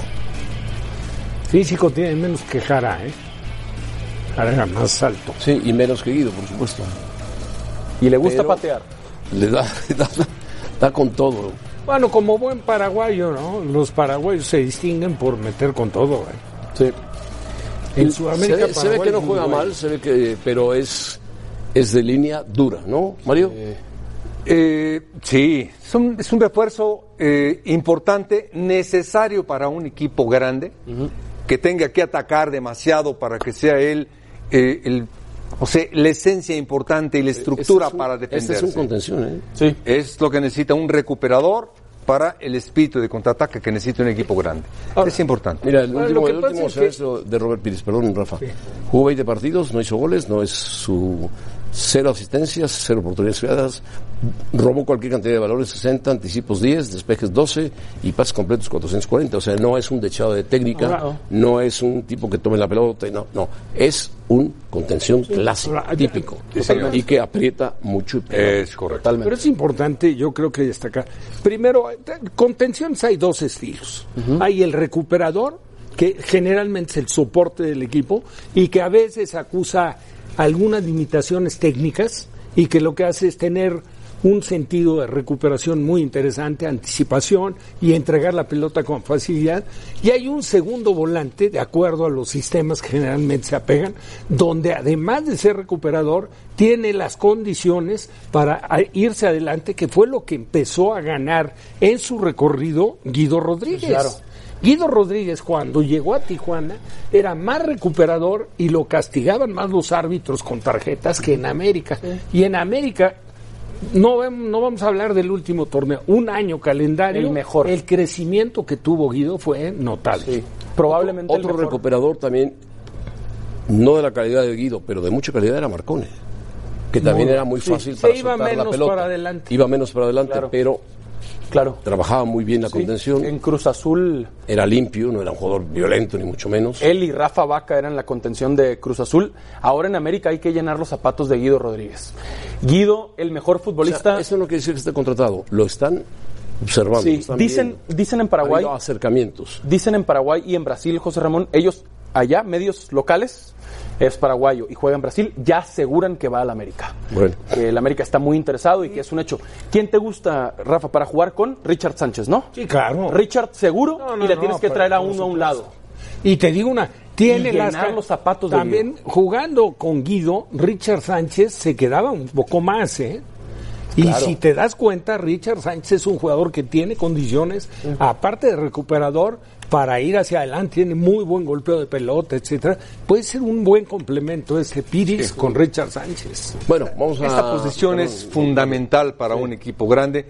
Speaker 4: Físico tiene menos que Jara, ¿eh? Jara era más alto.
Speaker 2: Sí, y menos que Guido, por supuesto.
Speaker 5: Y le gusta
Speaker 2: Pero-
Speaker 5: patear.
Speaker 2: Le da, le da, da con todo.
Speaker 4: Bueno, como buen paraguayo, ¿no? Los paraguayos se distinguen por meter con todo, ¿eh?
Speaker 5: Sí.
Speaker 4: En
Speaker 2: Se
Speaker 4: Sudamérica
Speaker 2: ve, se ve que no juega mal, se ve que, pero es, es de línea dura, ¿no, Mario?
Speaker 3: Eh, sí, es un, es un refuerzo eh, importante, necesario para un equipo grande, que tenga que atacar demasiado para que sea él eh, el, o sea, la esencia importante y la estructura
Speaker 2: Eh, Ese es un-
Speaker 3: para defenderse.
Speaker 2: Ese es un contención, ¿eh?
Speaker 5: Sí.
Speaker 3: Es lo que necesita un recuperador para el espíritu de contraataque que necesita un equipo grande. es importante.
Speaker 2: Mira, el
Speaker 5: Ahora,
Speaker 2: último,
Speaker 5: lo que
Speaker 2: el
Speaker 5: pasa
Speaker 2: último
Speaker 5: es que-
Speaker 2: semestre de Robert Pires, perdón, Rafa. Jugó 20 partidos, no hizo goles, no es su cero asistencias, cero oportunidades creadas, robó cualquier cantidad de valores, 60, anticipos 10, despejes 12 y pases completos 440. O sea, no es un dechado de técnica,
Speaker 5: Ahora-
Speaker 2: no es un tipo que tome la pelota, no, no. Es un contención clásico,
Speaker 4: ahora-
Speaker 2: típico.
Speaker 3: Totalmente.
Speaker 2: Y que aprieta mucho. y pega.
Speaker 3: Es correcto.
Speaker 2: Totalmente.
Speaker 4: Pero es importante, yo creo que destacar. Primero, t- contenciones hay dos estilos. Hay el recuperador, que generalmente es el soporte del equipo y que a veces acusa algunas limitaciones técnicas y que lo que hace es tener un sentido de recuperación muy interesante, anticipación y entregar la pelota con facilidad. Y hay un segundo volante, de acuerdo a los sistemas que generalmente se apegan, donde además de ser recuperador, tiene las condiciones para a- irse adelante, que fue lo que empezó a ganar en su recorrido Guido Rodríguez. Guido Rodríguez cuando llegó a Tijuana era más recuperador y lo castigaban más los árbitros con tarjetas que en América. Y en América no, vam- no vamos a hablar del último torneo, un año calendario,
Speaker 5: El mejor.
Speaker 4: El crecimiento que tuvo Guido fue notable.
Speaker 5: Sí. Probablemente el
Speaker 2: Otro
Speaker 5: mejor.
Speaker 2: recuperador también, no de la calidad de Guido, pero de mucha calidad era Marcone, que también era muy
Speaker 5: sí.
Speaker 2: fácil
Speaker 5: Se
Speaker 2: para
Speaker 5: iba
Speaker 2: soltar la
Speaker 5: menos
Speaker 2: pelota.
Speaker 5: para adelante.
Speaker 2: Iba menos para adelante,
Speaker 5: Claro.
Speaker 2: pero
Speaker 5: Claro.
Speaker 2: trabajaba muy bien la
Speaker 5: Sí.
Speaker 2: contención,
Speaker 5: En Cruz Azul, Eh,
Speaker 2: era limpio, no era un jugador violento ni mucho menos.
Speaker 5: él y Rafa Vaca eran la contención de Cruz Azul. Ahora en América hay que llenar los zapatos de Guido Rodríguez. Guido, el mejor
Speaker 2: O sea,
Speaker 5: futbolista.
Speaker 2: eso no quiere decir que esté contratado, lo están observando.
Speaker 5: Sí,
Speaker 2: lo están
Speaker 5: dicen,
Speaker 2: viendo.
Speaker 5: dicen
Speaker 2: Ha
Speaker 5: en
Speaker 2: habido
Speaker 5: Paraguay,
Speaker 2: acercamientos.
Speaker 5: dicen en Paraguay y en Brasil, José Ramón, ellos allá, medios locales, es paraguayo y juega en Brasil, ya aseguran que va al América.
Speaker 2: Bueno.
Speaker 5: Que el América está muy interesado y que es un hecho. ¿Quién te gusta, Rafa, para jugar con Richard Sánchez, no?
Speaker 4: Sí, claro.
Speaker 5: Richard seguro
Speaker 4: No, no,
Speaker 5: y le
Speaker 4: no,
Speaker 5: tienes que
Speaker 4: por-
Speaker 5: traer a
Speaker 4: por
Speaker 5: uno a un
Speaker 4: supuesto.
Speaker 5: lado.
Speaker 4: Y te digo una, tiene
Speaker 5: Y
Speaker 4: las
Speaker 5: llenar los zapatos de
Speaker 4: También
Speaker 5: Guido.
Speaker 4: jugando con Guido, Richard Sánchez se quedaba un poco más, ¿eh? Y si te das cuenta, Richard Sánchez es un jugador que tiene condiciones, aparte de recuperador, para ir hacia adelante, tiene muy buen golpeo de pelota, etcétera. Puede ser un buen complemento ese Piris con Richard Sánchez.
Speaker 2: Bueno, vamos a...
Speaker 3: Esta posición es fundamental para un equipo grande.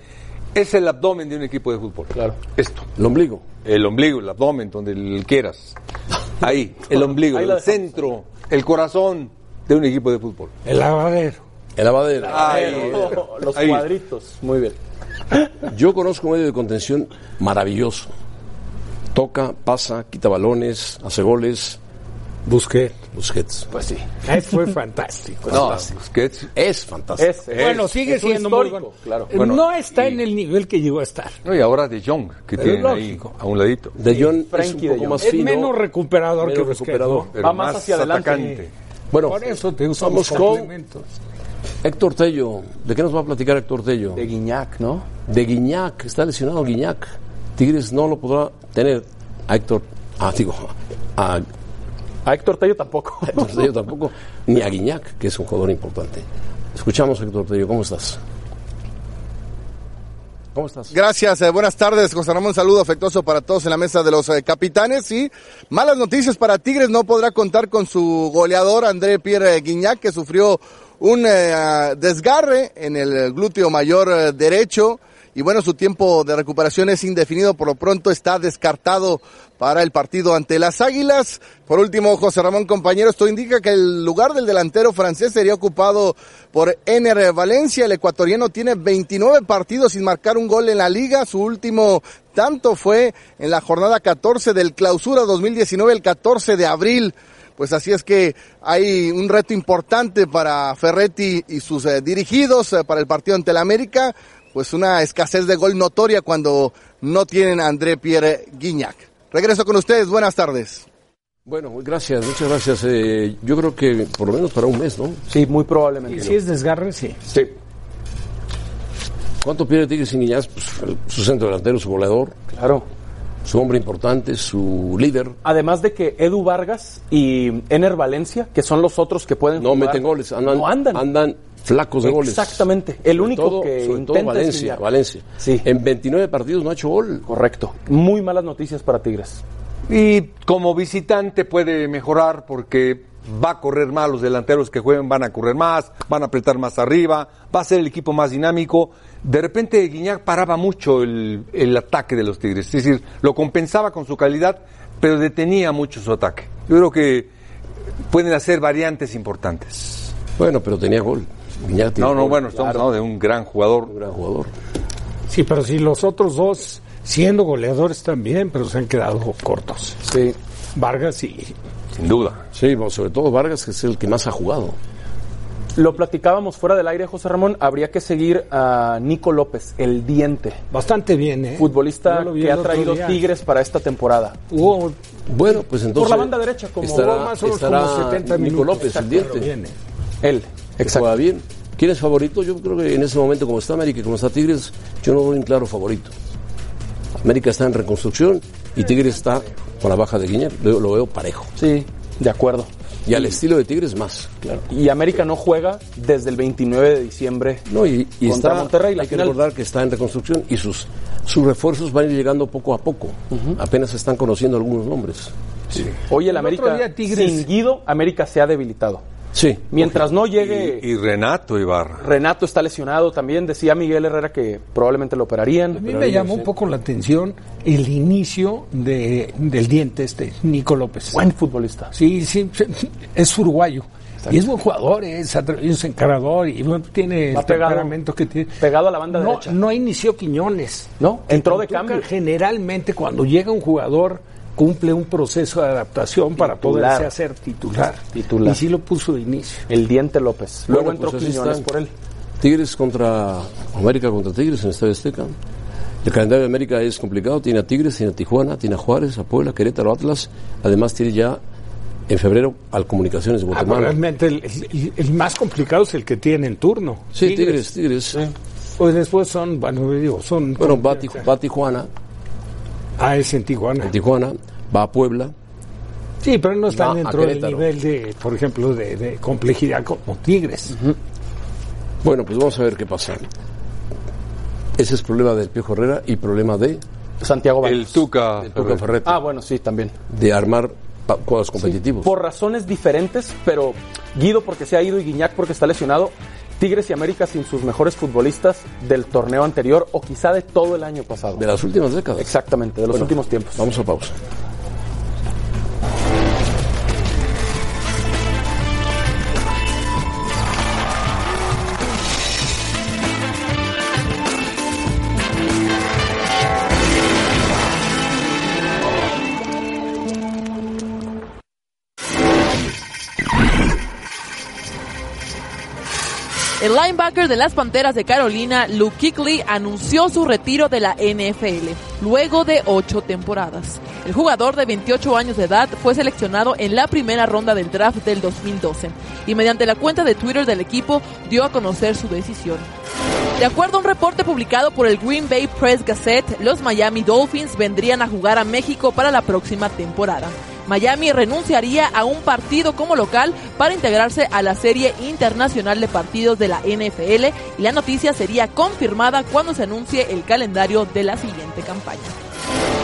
Speaker 3: Es el abdomen de un equipo de fútbol. Claro. Esto.
Speaker 2: El ombligo.
Speaker 3: El ombligo, el abdomen, donde el quieras. Ahí, el ombligo,
Speaker 5: Ahí la
Speaker 3: el
Speaker 5: dejamos.
Speaker 3: centro, el corazón de un equipo de fútbol.
Speaker 4: El lavadero.
Speaker 2: El lavadero.
Speaker 3: Ahí.
Speaker 5: Los
Speaker 3: Ahí.
Speaker 5: cuadritos. eh, Muy bien.
Speaker 2: Yo conozco un medio de contención maravilloso. Toca, pasa, quita balones, hace goles,
Speaker 4: Busqué.
Speaker 2: Busquets.
Speaker 5: Pues sí.
Speaker 4: fue fantástico.
Speaker 3: No, Busquets.
Speaker 2: Es fantástico.
Speaker 5: Es,
Speaker 4: bueno, sigue
Speaker 5: es un
Speaker 4: siendo muy
Speaker 5: histórico,
Speaker 4: bueno.
Speaker 5: Claro.
Speaker 4: Eh,
Speaker 3: Bueno,
Speaker 4: no está
Speaker 3: y-
Speaker 4: en el nivel que llegó a estar.
Speaker 3: No, y ahora de Jong, que tiene ahí
Speaker 4: lógico.
Speaker 3: a un ladito.
Speaker 2: De Jong es un
Speaker 5: Frankie de
Speaker 2: poco
Speaker 5: Jong.
Speaker 2: más
Speaker 4: Es
Speaker 2: fino.
Speaker 4: menos recuperador
Speaker 2: menos
Speaker 4: que Busquets,
Speaker 2: recuperador.
Speaker 4: ¿no?
Speaker 3: Pero
Speaker 5: Va más hacia adelante.
Speaker 3: atacante.
Speaker 2: Bueno,
Speaker 4: Por eso te usamos
Speaker 2: vamos con
Speaker 4: complementos.
Speaker 2: Héctor Tello. ¿De qué nos va a platicar Héctor Tello?
Speaker 5: De Guiñac, ¿no?
Speaker 2: De Guiñac. Está lesionado Guiñac. Tigres no lo podrá tener a Héctor. Ah, digo, a
Speaker 5: A Héctor Tello tampoco.
Speaker 2: Héctor Tello tampoco, ni a Guiñac, que es un jugador importante. Escuchamos, Héctor Tello. ¿Cómo estás? ¿Cómo estás?
Speaker 10: Gracias, eh, buenas tardes, José Ramón. Un saludo afectuoso para todos en la mesa de los eh, capitanes. Y malas noticias para Tigres, no podrá contar con su goleador André Pierre eh, Guignac, que sufrió un eh, desgarre en el glúteo mayor eh, derecho. Y bueno, su tiempo de recuperación es indefinido, por lo pronto está descartado para el partido ante las Águilas. Por último, José Ramón, compañero, esto indica que el lugar del delantero francés sería ocupado por Ener Valencia. El ecuatoriano tiene 29 partidos sin marcar un gol en la liga. Su último tanto fue en la jornada 14 del clausura 2019, el 14 de abril. Pues así es que hay un reto importante para Ferretti y sus eh, dirigidos eh, para el partido ante el América. Pues una escasez de gol notoria cuando no tienen a André Pierre Guignac. Regreso con ustedes, buenas tardes.
Speaker 2: Bueno, muy gracias, muchas gracias. Eh, yo creo que por lo menos para un mes, ¿no?
Speaker 5: Sí, muy probablemente.
Speaker 4: Si es desgarre, sí.
Speaker 5: Sí.
Speaker 2: ¿Cuánto pierde Tigres sin Guiñaz? Pues, el- su centro delantero, su goleador,
Speaker 5: Claro.
Speaker 2: su hombre importante, su líder.
Speaker 5: Además de que Edu Vargas y Ener Valencia, que son los otros que pueden
Speaker 2: No
Speaker 5: jugar,
Speaker 2: meten goles, andan,
Speaker 5: no andan.
Speaker 2: andan flacos de goles.
Speaker 5: Exactamente. El
Speaker 2: Sobre
Speaker 5: único
Speaker 2: todo-
Speaker 5: que
Speaker 2: sobre todo
Speaker 5: intenta es
Speaker 2: Valencia,
Speaker 5: Guiñac.
Speaker 2: Valencia. En 29 partidos no ha hecho gol.
Speaker 5: Correcto. Muy malas noticias para Tigres.
Speaker 3: Y como visitante puede mejorar porque va a correr más, los delanteros que jueguen van a correr más, van a apretar más arriba, va a ser el equipo más dinámico. De repente Guiñac paraba mucho el, el ataque de los Tigres, es decir, lo compensaba con su calidad, pero detenía mucho su ataque. Yo creo que pueden hacer variantes importantes.
Speaker 2: Bueno, pero tenía gol. Guiñac tiene
Speaker 3: No, no,
Speaker 2: gol.
Speaker 3: bueno, estamos hablando de un gran jugador.
Speaker 2: gran jugador.
Speaker 4: Sí, pero si los otros dos, siendo goleadores también, pero se han quedado cortos.
Speaker 5: Sí.
Speaker 4: Vargas y.
Speaker 3: Sin duda.
Speaker 2: Sí, bueno, sobre todo Vargas, que es el que más ha jugado.
Speaker 5: Lo platicábamos fuera del aire, José Ramón. Habría que seguir a Nico López, el diente.
Speaker 4: Bastante bien, ¿eh?
Speaker 5: Futbolista
Speaker 4: Yo lo vi
Speaker 5: que
Speaker 4: el
Speaker 5: ha
Speaker 4: otro
Speaker 5: traído
Speaker 4: día.
Speaker 5: Tigres para esta temporada.
Speaker 4: Jugó
Speaker 2: Bueno, pues entonces.
Speaker 5: la banda derecha, como
Speaker 2: estará,
Speaker 5: más o menos
Speaker 2: estará
Speaker 5: como 70
Speaker 2: Nico
Speaker 5: minutos.
Speaker 2: López, el
Speaker 5: Exacto,
Speaker 2: diente.
Speaker 5: pero bien, Él.
Speaker 2: que juega bien. ¿Quién es favorito? Yo creo que en ese momento, como está América y como está Tigres, yo no doy un claro favorito. América está en reconstrucción y Tigres está con la baja de Guiñac. Lo, lo veo parejo.
Speaker 5: Sí, de acuerdo.
Speaker 2: Y al estilo de Tigres más, claro.
Speaker 5: Y América no juega desde el 29 de diciembre
Speaker 2: No, y, y
Speaker 5: contra
Speaker 2: está,
Speaker 5: Monterrey. La
Speaker 2: hay que
Speaker 5: final.
Speaker 2: recordar que está en reconstrucción y sus, sus refuerzos van a ir llegando poco a poco. Apenas se están conociendo algunos nombres. Sí.
Speaker 5: Hoy el,
Speaker 4: El otro
Speaker 5: América,
Speaker 4: día Tigres-
Speaker 5: sin Guido, América se ha debilitado.
Speaker 2: Sí.
Speaker 5: Mientras no llegue,
Speaker 3: Y Renato Ibarra.
Speaker 5: Renato está lesionado también. Decía Miguel Herrera que probablemente lo operarían.
Speaker 4: A mí me llamó un poco la atención el inicio de, del diente este, Nico López.
Speaker 5: Buen futbolista.
Speaker 4: Sí, sí, sí, es uruguayo. Y es buen jugador, es, atre- es encarador y bueno, tiene el
Speaker 5: Va pegado.
Speaker 4: temperamento que tiene.
Speaker 5: Pegado a la banda
Speaker 4: no,
Speaker 5: derecha.
Speaker 4: No inició Quiñones.
Speaker 5: No, entró de
Speaker 4: Tuca
Speaker 5: cambio.
Speaker 4: Generalmente cuando llega un jugador cumple un proceso de adaptación para
Speaker 5: Titular.
Speaker 4: poderse hacer titular.
Speaker 5: Titular.
Speaker 4: Y sí lo puso de inicio.
Speaker 5: El diente López. Luego
Speaker 2: Bueno,
Speaker 5: entró
Speaker 2: pues así
Speaker 5: Quiñones
Speaker 2: están.
Speaker 5: por él.
Speaker 2: Tigres contra América contra Tigres en el Estadio Azteca. El calendario de América es complicado, tiene a Tigres, tiene a Tijuana, tiene a Juárez, a Puebla, Querétaro, Atlas. Además tiene ya en febrero al Comunicaciones de
Speaker 4: Ah, pero
Speaker 2: Guatemala.
Speaker 4: realmente el, el- el más complicado es el que tiene en turno.
Speaker 2: sí, Tigres, Tigres.
Speaker 4: Pues después son, bueno, digo, son.
Speaker 2: Bueno, va, a Tiju- va a Tijuana,
Speaker 4: Ah, es en Tijuana.
Speaker 2: en Tijuana, va a Puebla.
Speaker 4: Sí, pero no están
Speaker 2: Va a
Speaker 4: dentro del
Speaker 2: Querétaro.
Speaker 4: nivel de, por ejemplo, de, de complejidad como Tigres.
Speaker 2: Bueno, pues vamos a ver qué pasa. Ese es problema del Piojo Herrera y problema de
Speaker 5: Santiago
Speaker 3: El
Speaker 5: Baños.
Speaker 3: Tuca.
Speaker 2: Tuca Ferretti,
Speaker 5: Ah, bueno, sí, también.
Speaker 2: de armar pa- cuadros competitivos.
Speaker 5: Por razones diferentes, pero Guido porque se ha ido y Guiñac porque está lesionado. Tigres y América sin sus mejores futbolistas del torneo anterior o quizá de todo el año pasado.
Speaker 2: De las últimas décadas.
Speaker 5: Exactamente, de los últimos tiempos.
Speaker 2: Vamos a pausa.
Speaker 11: El linebacker de las Panteras de Carolina, Luke Kuechly, anunció su retiro de la NFL luego de ocho temporadas. El jugador de 28 años de edad fue seleccionado en la primera ronda del draft del 2012 y mediante la cuenta de Twitter del equipo dio a conocer su decisión. De acuerdo a un reporte publicado por el Green Bay Press Gazette, los Miami Dolphins vendrían a jugar a México para la próxima temporada. Miami renunciaría a un partido como local para integrarse a la Serie Internacional de Partidos de la NFL y la noticia sería confirmada cuando se anuncie el calendario de la siguiente campaña.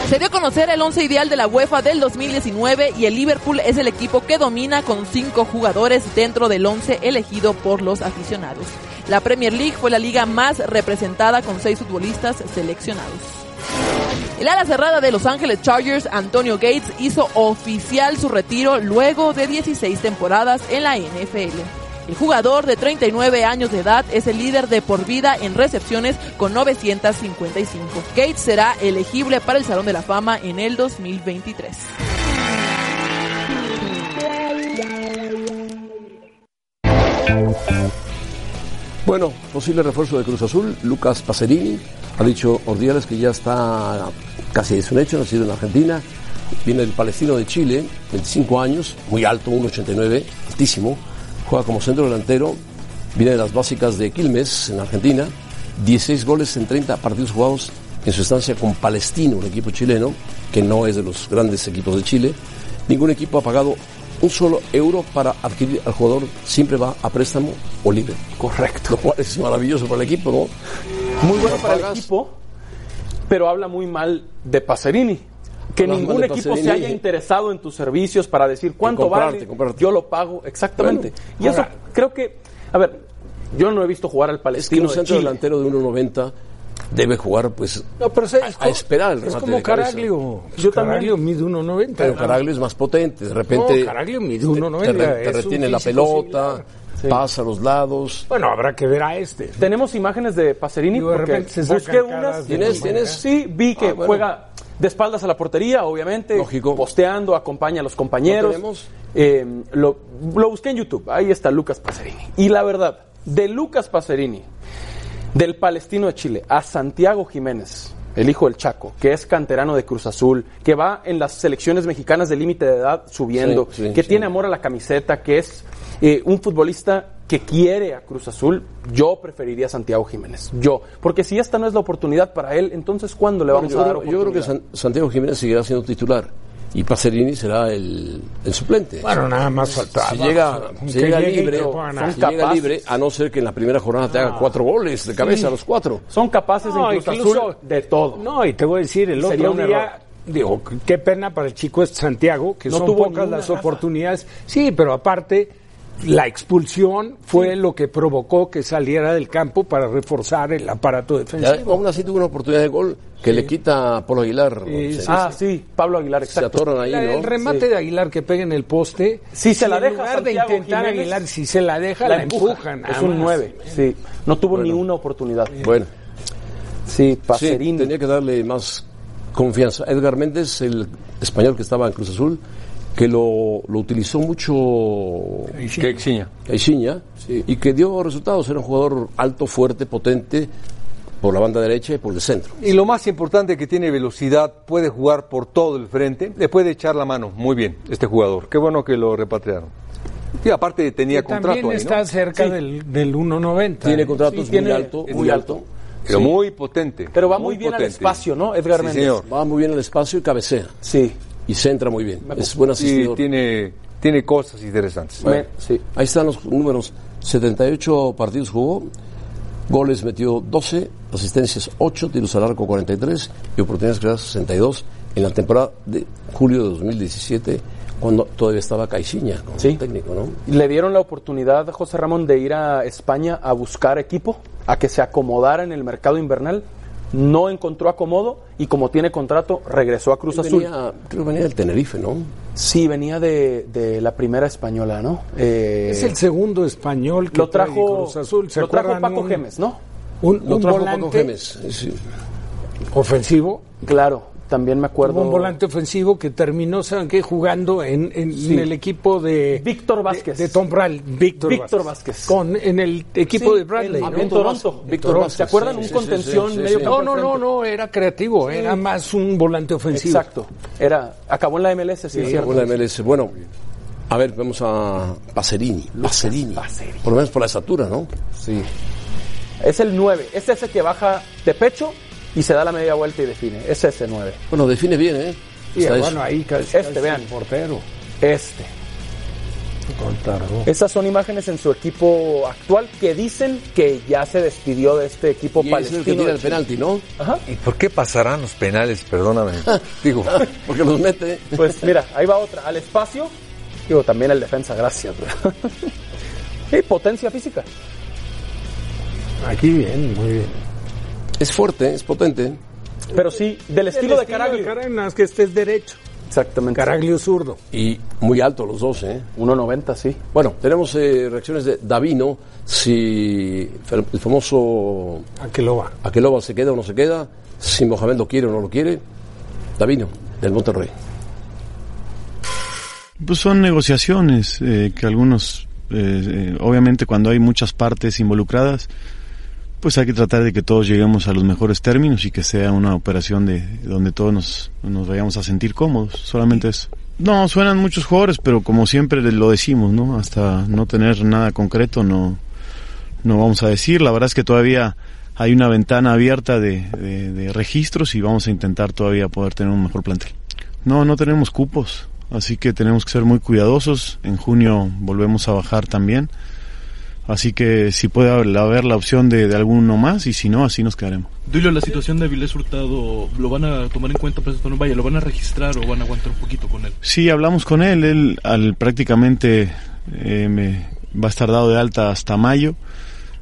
Speaker 11: Se dio a conocer el once ideal de la UEFA del 2019 y el Liverpool es el equipo que domina con cinco jugadores dentro del once elegido por los aficionados. La Premier League fue la liga más representada con seis futbolistas seleccionados. El ala cerrada de Los Ángeles Chargers, Antonio Gates, hizo oficial su retiro luego de 16 temporadas en la NFL. El jugador de 39 años de edad es el líder de por vida en recepciones con 955. Gates será elegible para el Salón de la Fama en el 2023.
Speaker 2: Bueno, posible refuerzo de Cruz Azul, Lucas Pacerini. Ha dicho Ordiales que ya está casi es un hecho, nacido en Argentina. Viene del Palestino de Chile, 25 años, muy alto, 1,89, altísimo. Juega como centro delantero. Viene de las básicas de Quilmes, en Argentina. 16 goles en 30 partidos jugados en su estancia con Palestino, un equipo chileno que no es de los grandes equipos de Chile. Ningún equipo ha pagado un solo euro para adquirir al jugador siempre va a préstamo o libre. Correcto. Lo cual es maravilloso para el equipo, ¿no?
Speaker 5: Muy bueno para el equipo, pero habla muy mal de Pacerini. Que
Speaker 2: Hablas mal
Speaker 5: ningún
Speaker 2: de
Speaker 5: equipo se
Speaker 2: Pacerini.
Speaker 5: haya interesado en tus servicios para decir cuánto
Speaker 2: comprarte,
Speaker 5: vale, yo lo pago, exactamente.
Speaker 2: Bueno,
Speaker 5: y eso
Speaker 2: ahora-
Speaker 5: creo que, a ver, yo no he visto jugar al
Speaker 2: Es que
Speaker 5: palestino
Speaker 2: un
Speaker 5: de
Speaker 2: centro
Speaker 5: Chile.
Speaker 2: delantero de 1.90 debe jugar, pues,
Speaker 4: No, pero es,
Speaker 2: a esperar el
Speaker 4: es
Speaker 2: remate
Speaker 4: como
Speaker 2: de cabeza.
Speaker 4: Caraglio.
Speaker 2: Yo
Speaker 4: Yo
Speaker 2: también.
Speaker 4: Caraglio mide 1.90.
Speaker 2: Pero Caraglio es más potente, de repente.
Speaker 4: No, Caraglio mide 1.90,
Speaker 2: te re- Te,
Speaker 4: es un
Speaker 2: retiene la
Speaker 4: físico
Speaker 2: pelota, pasa a los lados.
Speaker 4: Bueno, habrá que ver a este.
Speaker 5: Tenemos imágenes de Pacerini
Speaker 4: Digo, de
Speaker 5: porque
Speaker 4: repente se sacan
Speaker 5: busqué
Speaker 4: caras
Speaker 5: unas.
Speaker 4: de ¿Tienes- manera? tienes?
Speaker 5: Sí, vi que
Speaker 2: Ah, bueno.
Speaker 5: juega de espaldas a la portería, obviamente. Posteando, acompaña a los compañeros.
Speaker 2: ¿Lo tenemos?
Speaker 5: Eh, lo, lo busqué en YouTube. Ahí está Lucas Pacerini. Y la verdad, de Lucas Pacerini, del Palestino de Chile, a Santiago Jiménez, el hijo del Chaco, que es canterano de Cruz Azul, que va en las selecciones mexicanas de límite de edad subiendo,
Speaker 2: Sí, sí,
Speaker 5: que
Speaker 2: sí.
Speaker 5: tiene amor a la camiseta, que es eh, un futbolista que quiere a Cruz Azul, yo preferiría a Santiago Jiménez. Yo. Porque si esta no es la oportunidad para él, entonces ¿cuándo le
Speaker 2: Bueno,
Speaker 5: vamos
Speaker 2: yo,
Speaker 5: a dar
Speaker 2: creo, yo creo que
Speaker 5: oportunidad?
Speaker 2: San- Santiago Jiménez seguirá siendo titular y Pacerini será el, el suplente.
Speaker 4: Bueno, nada más faltaba.
Speaker 2: Si llega,
Speaker 4: Que
Speaker 2: si llega
Speaker 4: llegue y
Speaker 2: libre,
Speaker 4: que pongan a-
Speaker 2: si llega
Speaker 4: capaces.
Speaker 2: libre, a no ser que en la primera jornada te haga cuatro goles de cabeza
Speaker 4: Sí.
Speaker 2: a los cuatro.
Speaker 5: Son capaces
Speaker 4: No,
Speaker 5: en Cruz
Speaker 4: incluso-
Speaker 5: Azul de todo.
Speaker 4: No, y te voy a decir, el
Speaker 5: Sería
Speaker 4: otro
Speaker 5: un error.
Speaker 4: día, digo, qué pena para el chico este Santiago, que
Speaker 5: No
Speaker 4: son
Speaker 5: tuvo
Speaker 4: pocas
Speaker 5: ni
Speaker 4: las
Speaker 5: una raza.
Speaker 4: oportunidades. Sí, pero aparte, la expulsión fue lo que provocó que saliera del campo para reforzar el aparato
Speaker 2: Ya,
Speaker 4: defensivo.
Speaker 2: aún así tuvo una oportunidad de gol que le quita a Pablo Aguilar.
Speaker 4: Sí,
Speaker 2: Se-
Speaker 4: sí,
Speaker 5: Ah, sí, Pablo Aguilar,
Speaker 2: Se
Speaker 5: exacto.
Speaker 2: atoran ahí,
Speaker 4: La-
Speaker 2: ¿no?
Speaker 4: El remate de Aguilar que pega en el poste.
Speaker 5: Si se la
Speaker 4: en
Speaker 5: deja
Speaker 4: lugar de
Speaker 5: Santiago
Speaker 4: intentar
Speaker 5: Jiménez,
Speaker 4: Aguilar, si se la deja, la, empujan. nada
Speaker 5: es un
Speaker 4: más.
Speaker 5: 9. Sí, no tuvo ni una oportunidad.
Speaker 2: Bueno,
Speaker 5: Sí,
Speaker 2: sí,
Speaker 5: Pacerini.
Speaker 2: tenía que darle más confianza. Edgar Méndez, el español que estaba en Cruz Azul, que lo, lo utilizó mucho
Speaker 3: Que exiña.
Speaker 2: Caixinha y que dio resultados. Era un jugador alto, fuerte, potente por la banda derecha y por el centro.
Speaker 3: Y lo más importante que tiene velocidad, puede jugar por todo el frente, le puede echar la mano muy bien este jugador. Qué bueno que lo repatriaron. Y aparte tenía contrato ahí,
Speaker 4: También
Speaker 3: ¿no?
Speaker 4: está cerca
Speaker 5: Sí.
Speaker 4: del, del 1.90.
Speaker 2: Tiene contratos
Speaker 5: tiene-
Speaker 2: muy alto,
Speaker 5: es
Speaker 2: muy
Speaker 5: alto.
Speaker 2: alto.
Speaker 3: Pero muy potente.
Speaker 5: Pero va muy,
Speaker 3: muy
Speaker 5: bien al
Speaker 3: potente.
Speaker 5: espacio, ¿no? Edgar
Speaker 3: Sí,
Speaker 5: Méndez.
Speaker 3: señor.
Speaker 2: Va muy bien al espacio y cabecea.
Speaker 5: Sí.
Speaker 2: Y centra muy bien. Es buen
Speaker 3: Y
Speaker 2: asistidor.
Speaker 3: tiene, tiene cosas interesantes.
Speaker 5: Me- sí.
Speaker 2: Ahí están los números. 78 partidos jugó, goles metió 12, asistencias 8, tiros al arco 43 y oportunidades creadas 62 en la temporada de julio de 2017 cuando todavía estaba Caixinha como
Speaker 5: Sí.
Speaker 2: técnico, ¿no?
Speaker 5: Le dieron la oportunidad a José Ramón de ir a España a buscar equipo, a que se acomodara en el mercado invernal. No encontró acomodo y como tiene contrato, regresó a Cruz Azul.
Speaker 2: Venía- creo que venía del Tenerife, ¿no?
Speaker 5: Sí, venía de, de la primera española, ¿no? Eh,
Speaker 4: Es el segundo español que
Speaker 5: lo
Speaker 4: trae
Speaker 5: trajo,
Speaker 4: Cruz Azul. ¿Se
Speaker 5: lo trajo
Speaker 4: acuerdan
Speaker 5: Paco
Speaker 4: un-
Speaker 5: Gemes, ¿no?
Speaker 4: Un,
Speaker 2: Lo
Speaker 4: un
Speaker 2: trajo
Speaker 4: volante
Speaker 2: Paco Gemes. sí.
Speaker 4: ofensivo.
Speaker 5: Claro, también me acuerdo.
Speaker 4: Hubo un volante ofensivo que terminó, ¿saben qué? Jugando en, en- en el equipo de.
Speaker 5: Víctor Vázquez.
Speaker 4: De, de Tom Bradley. Víctor,
Speaker 5: Víctor Vázquez.
Speaker 4: Con, en el equipo
Speaker 5: Sí,
Speaker 4: de Bradley.
Speaker 5: en-
Speaker 4: ¿no?
Speaker 5: en Toronto.
Speaker 2: Víctor Vázquez,
Speaker 5: ¿Se acuerdan?
Speaker 2: sí,
Speaker 5: un
Speaker 2: sí,
Speaker 5: contención
Speaker 2: sí, sí,
Speaker 5: medio
Speaker 2: sí.
Speaker 4: No,
Speaker 5: campo
Speaker 4: no,
Speaker 5: al
Speaker 4: no,
Speaker 5: frente.
Speaker 4: no, era creativo, era más un volante ofensivo.
Speaker 5: Exacto. Era, acabó en la MLS, sí, es cierto.
Speaker 2: Bueno, la MLS. Bueno, a ver, vamos a Pacerini. Pacerini. Por lo menos por la estatura, ¿no? Sí.
Speaker 5: Es el 9. Es ese que baja de pecho y se da la media vuelta y define. Es ese 9.
Speaker 2: Bueno, define bien, ¿eh?
Speaker 4: Y
Speaker 2: Está
Speaker 4: bueno,
Speaker 2: eso.
Speaker 4: ahí casi,
Speaker 5: Este,
Speaker 4: casi
Speaker 5: vean.
Speaker 4: el portero.
Speaker 5: Este. Esas son imágenes en su equipo actual que dicen que ya se despidió de este equipo
Speaker 2: Y es
Speaker 5: palestino.
Speaker 2: el que tira
Speaker 5: de
Speaker 2: el
Speaker 5: Chile.
Speaker 2: penalti, ¿no?
Speaker 5: Ajá.
Speaker 3: ¿Y por qué pasarán los penales? Perdóname. Digo,
Speaker 2: Ah, Porque los mete.
Speaker 5: Pues mira, ahí va otra. Al espacio. Digo, también el defensa, gracias. ¿verdad? y potencia física.
Speaker 4: Aquí bien, muy bien.
Speaker 2: Es fuerte, es potente.
Speaker 5: Pero sí, del estilo de Caraglio.
Speaker 4: Caracas, que este es derecho.
Speaker 5: Exactamente.
Speaker 4: Caraglio zurdo.
Speaker 2: Y muy alto los dos, ¿eh?
Speaker 5: 1.90, sí.
Speaker 2: Bueno, tenemos eh, reacciones de Davino, si fer- el famoso
Speaker 4: ¿A qué lo va?
Speaker 2: Aqueloba se queda o no se queda, si Mohamed lo quiere o no lo quiere. Davino, del Monterrey.
Speaker 9: Pues son negociaciones eh, que algunos, eh, eh, obviamente cuando hay muchas partes involucradas, pues hay que tratar de que todos lleguemos a los mejores términos y que sea una operación de donde todos nos, nos vayamos a sentir cómodos, solamente eso. No, suenan muchos jugadores, pero como siempre lo decimos, ¿no? Hasta no tener nada concreto no, no vamos a decir. La verdad es que todavía hay una ventana abierta de, de- de registros y vamos a intentar todavía poder tener un mejor plantel. No, no tenemos cupos.
Speaker 12: así que tenemos que ser muy cuidadosos. En junio volvemos a bajar también. Así que si puede haber, haber la opción de, de alguno más y si no, así nos quedaremos.
Speaker 13: Duilo, la situación de Vilés Hurtado, ¿lo van a tomar en cuenta para no vaya? ¿Lo van a registrar o van a aguantar un poquito con él?
Speaker 12: Sí, hablamos con él. Él al, prácticamente eh, me, va a estar dado de alta hasta mayo.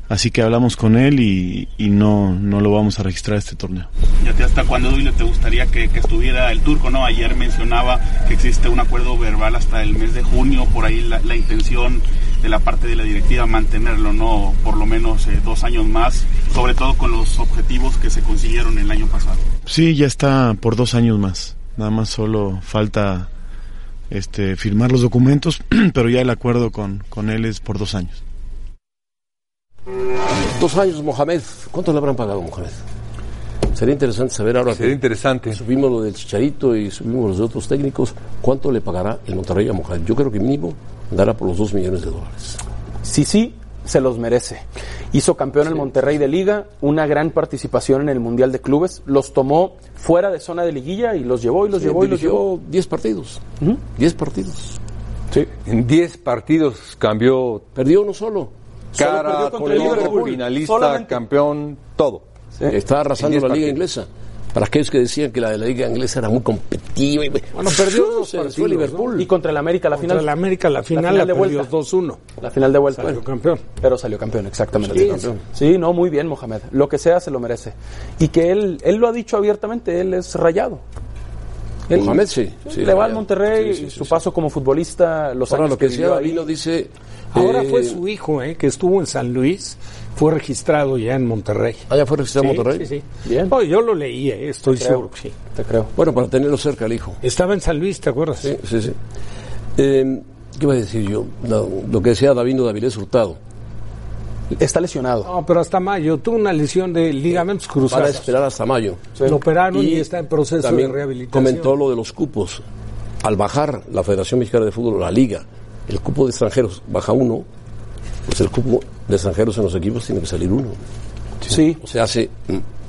Speaker 12: Así que hablamos con él y, y no, no lo vamos a registrar este torneo.
Speaker 14: ¿Y a ti hasta cuándo, Duilio, te gustaría que, que estuviera el turco? no Ayer mencionaba que existe un acuerdo verbal hasta el mes de junio, por ahí la, la intención de la parte de la directiva mantenerlo, ¿no? Por lo menos eh, dos años más, sobre todo con los objetivos que se consiguieron el año pasado.
Speaker 12: Sí, ya está por dos años más. Nada más solo falta este, firmar los documentos, pero ya el acuerdo con, con él es por dos años.
Speaker 2: Dos años, Mohamed. ¿Cuánto le habrán pagado, Mohamed? Sería interesante saber ahora.
Speaker 3: Sería interesante.
Speaker 2: Subimos lo del Chicharito y subimos los de otros técnicos. ¿Cuánto le pagará el Monterrey a Mohamed? Yo creo que mínimo andará por los 2 millones de dólares.
Speaker 5: Sí, sí, se los merece. Hizo campeón el Monterrey de Liga, una gran participación en el Mundial de Clubes. Los tomó fuera de zona de liguilla y los llevó y los
Speaker 2: Sí,
Speaker 5: llevó y los
Speaker 2: dirigió
Speaker 5: llevó.
Speaker 2: 10 partidos. 10 partidos.
Speaker 3: Sí. En 10 partidos cambió.
Speaker 2: Perdió uno solo. Solo
Speaker 3: Cara,
Speaker 2: perdió contra el
Speaker 3: color,
Speaker 2: Liverpool.
Speaker 3: finalista,
Speaker 2: Solamente.
Speaker 3: campeón, todo.
Speaker 2: Está arrasando
Speaker 3: En diez
Speaker 2: la liga
Speaker 3: partidos.
Speaker 2: inglesa. Para aquellos que decían que la de la liga inglesa era muy competitiva. y-
Speaker 4: Bueno, perdió dos
Speaker 2: Se
Speaker 4: partidos,
Speaker 2: fue Liverpool.
Speaker 4: ¿no?
Speaker 5: Y contra el América la
Speaker 4: Contra
Speaker 5: final.
Speaker 4: el América, la final la perdió
Speaker 5: 2-1. La final de vuelta.
Speaker 4: Salió campeón.
Speaker 5: Pero salió campeón, exactamente.
Speaker 4: Salió
Speaker 5: Sí,
Speaker 4: campeón.
Speaker 5: sí, no, muy bien, Mohamed. Lo que sea se lo merece. Y que él, él lo ha dicho abiertamente, él es rayado. Él-
Speaker 2: Mohamed, sí, sí,
Speaker 5: le va al
Speaker 2: rayado.
Speaker 5: Monterrey,
Speaker 2: Sí, sí,
Speaker 5: su paso como futbolista, los
Speaker 2: Ahora
Speaker 5: años
Speaker 2: lo que decía
Speaker 5: vivió ahí.
Speaker 2: Davino dice.
Speaker 4: Ahora
Speaker 2: eh,
Speaker 4: fue su hijo, eh, que estuvo en San Luis, fue registrado ya en Monterrey.
Speaker 2: Ah, ya fue registrado en
Speaker 4: Sí,
Speaker 2: Monterrey.
Speaker 4: Sí, sí. Oh, yo lo leí, eh, estoy
Speaker 2: Te creo.
Speaker 4: seguro que sí.
Speaker 5: Te creo.
Speaker 2: Bueno, para tenerlo cerca el hijo.
Speaker 4: Estaba en San Luis, ¿te acuerdas?
Speaker 2: Sí, sí, sí. Eh, ¿Qué iba a decir yo? Lo, lo que decía Davino Davilés Hurtado.
Speaker 5: Está lesionado.
Speaker 4: No, pero hasta mayo tuvo una lesión de ligamentos
Speaker 2: Van a
Speaker 4: cruzados.
Speaker 2: esperar hasta mayo.
Speaker 4: Lo operaron y está en proceso de
Speaker 2: también
Speaker 4: rehabilitación.
Speaker 2: Comentó lo de los cupos. Al bajar la Federación Mexicana de Fútbol, la Liga, el cupo de extranjeros baja uno, pues el cupo de extranjeros en los equipos tiene que salir uno.
Speaker 5: Sí.
Speaker 2: O sea, mm, se,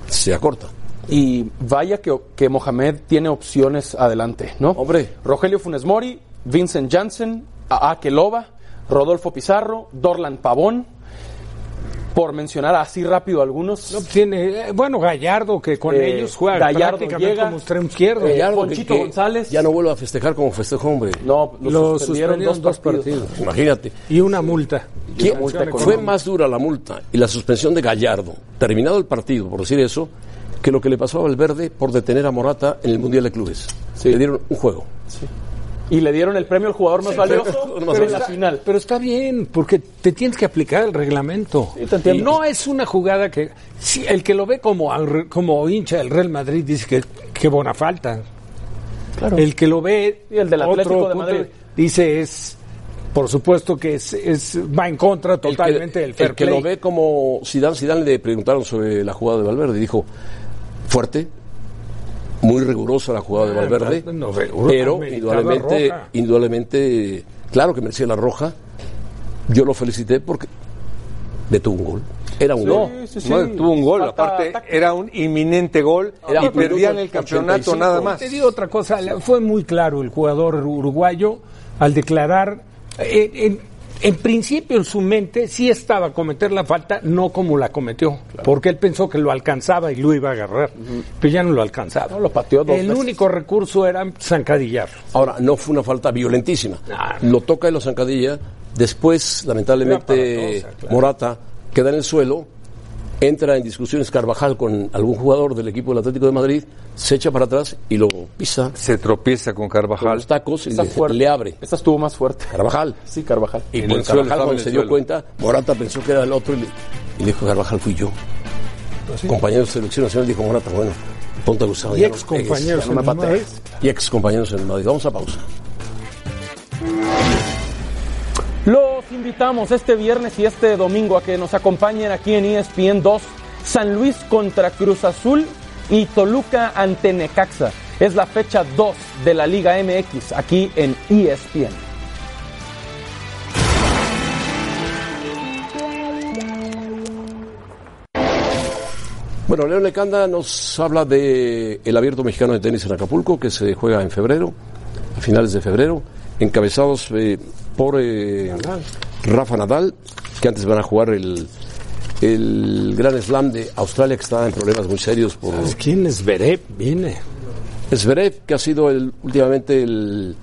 Speaker 2: se acorta.
Speaker 5: Y vaya que, que Mohamed tiene opciones adelante, ¿no? Hombre. Rogelio Funes Mori, Vincent Janssen, Akelova, Rodolfo Pizarro, Dorlan Pavón. Por mencionar así rápido algunos.
Speaker 4: tiene, eh, bueno, Gallardo, que con
Speaker 5: Eh,
Speaker 4: ellos juega
Speaker 5: Gallardo
Speaker 4: prácticamente
Speaker 5: llega.
Speaker 4: como extremo izquierdo.
Speaker 5: Eh, Gallardo, Ponchito que- que González.
Speaker 2: Ya no vuelvo a festejar como festejó, hombre.
Speaker 5: No, lo
Speaker 4: Lo
Speaker 5: suspendieron,
Speaker 4: suspendieron
Speaker 5: dos
Speaker 4: dos
Speaker 5: partidos.
Speaker 4: partidos.
Speaker 2: Imagínate.
Speaker 4: Y una multa.
Speaker 2: ¿Quién-
Speaker 4: Sanción
Speaker 2: fue
Speaker 4: económica.
Speaker 2: más dura la multa y la suspensión de Gallardo, terminado el partido, por decir eso, que lo que le pasó a Valverde por detener a Morata en el Mundial de Clubes. Le dieron un juego.
Speaker 5: Y le dieron el premio al jugador más valioso
Speaker 4: Pero,
Speaker 5: pero en la
Speaker 4: está,
Speaker 5: final.
Speaker 4: pero está bien, porque te tienes que aplicar el reglamento.
Speaker 5: te entiendo.
Speaker 4: Y no es una jugada que. si el que lo ve como, ar- como hincha del Real Madrid dice que, que buena falta.
Speaker 5: Claro.
Speaker 4: El que lo ve.
Speaker 5: Y el del
Speaker 4: otro
Speaker 5: Atlético de
Speaker 4: punto
Speaker 5: Madrid.
Speaker 4: Dice es. Por supuesto que es, es- va en contra
Speaker 2: El que-
Speaker 4: totalmente del fair
Speaker 2: el que
Speaker 4: play.
Speaker 2: lo ve como Zidane, Zidane le preguntaron sobre la jugada de Valverde y dijo fuerte, muy rigurosa la jugada de
Speaker 4: Ah,
Speaker 2: Valverde,
Speaker 4: no, rigurosa,
Speaker 2: pero
Speaker 4: ameritaba
Speaker 2: indudablemente,
Speaker 4: roja.
Speaker 2: indudablemente, claro que merecía la roja. Yo lo felicité porque detuvo un gol. Era un gol.
Speaker 3: No, no, tuvo un gol. Aparte, era un inminente gol
Speaker 2: Era
Speaker 3: y
Speaker 2: un minuto
Speaker 3: perdían el campeonato
Speaker 2: 85.
Speaker 3: nada más.
Speaker 4: Te digo otra cosa, la- fue muy claro el jugador uruguayo al declarar, eh, en, en principio en su mente sí estaba a cometer la falta, no como la cometió, porque él pensó que lo alcanzaba y lo iba a agarrar, pero ya no lo
Speaker 2: Ah,
Speaker 4: alcanzaba.
Speaker 5: No, lo pateó dos
Speaker 4: el
Speaker 5: veces.
Speaker 4: único recurso era zancadillar.
Speaker 2: Ahora, no fue una falta violentísima. Lo toca y lo zancadilla. Después, lamentablemente,
Speaker 4: Una aparatosa, claro.
Speaker 2: Morata queda en el suelo. Entra en discusiones Carvajal con algún jugador del equipo del Atlético de Madrid. Se echa para atrás y lo pisa
Speaker 3: Se tropieza con
Speaker 2: con
Speaker 3: Carvajal.
Speaker 2: los tacos y
Speaker 5: Esa
Speaker 2: le,
Speaker 5: fuerte.
Speaker 2: le abre.
Speaker 5: Esta estuvo más fuerte.
Speaker 2: Carvajal.
Speaker 5: Sí, Carvajal.
Speaker 2: Y
Speaker 3: En
Speaker 2: pues
Speaker 3: el
Speaker 2: Carvajal,
Speaker 3: suelo, estaba en
Speaker 2: cuando
Speaker 3: el
Speaker 2: se dio
Speaker 3: suelo.
Speaker 2: cuenta, Morata pensó que era el otro y le, y le dijo: Carvajal, fui yo. Compañero de selección nacional dijo: Morata, bueno, ponte gustado.
Speaker 4: ¿Ah, Y ex compañeros.
Speaker 5: no me patees.
Speaker 2: Y ex compañeros en el Madrid. Vamos a pausa.
Speaker 5: Los invitamos este viernes y este domingo a que nos acompañen aquí en E ESPN 2, San Luis contra Cruz Azul y Toluca ante Necaxa. Es la fecha 2 de la Liga MX aquí en E ESPN.
Speaker 2: Bueno, León Lecanda nos habla de el Abierto Mexicano de Tenis en Acapulco, que se juega en febrero. a finales de febrero, encabezados eh, por eh, Rafa Nadal, que antes van a jugar el, el Gran Slam de Australia, que está en problemas muy serios. Por...
Speaker 4: quién es Zverev? Viene.
Speaker 2: Zverev, que ha sido el, últimamente el,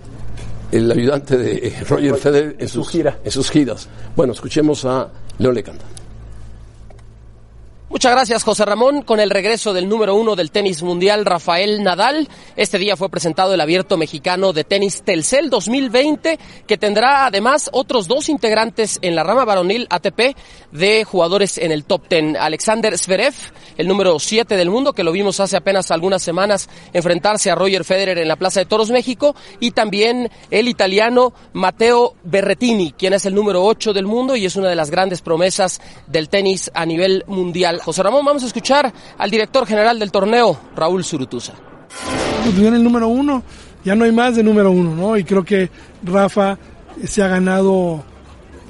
Speaker 2: el ayudante de Roger Federer en sus, en sus giras. Bueno, escuchemos a Leo Lecanda.
Speaker 15: Muchas gracias, José Ramón. Con el regreso del número uno del tenis mundial, Rafael Nadal, este día fue presentado el Abierto Mexicano de Tenis Telcel 2020, que tendrá además otros dos integrantes en la rama varonil ATP de jugadores en el top ten. Alexander Zverev, el número siete del mundo, que lo vimos hace apenas algunas semanas enfrentarse a Roger Federer en la Plaza de Toros México, y también el italiano Matteo Berretini, quien es el número ocho del mundo y es una de las grandes promesas del tenis a nivel mundial. José Ramón, vamos a escuchar al director general del torneo, Raúl Zurutusa.
Speaker 16: Pues viene el número uno, ya no hay más de número uno, ¿no? Y creo que Rafa se ha ganado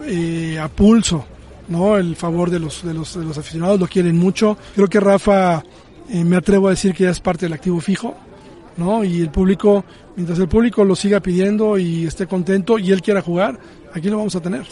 Speaker 16: eh, a pulso, ¿no? El favor de los, de, los, de los aficionados, lo quieren mucho. Creo que Rafa, eh, me atrevo a decir que ya es parte del activo fijo, ¿no? Y el público, mientras el público lo siga pidiendo y esté contento y él quiera jugar, aquí lo vamos a tener.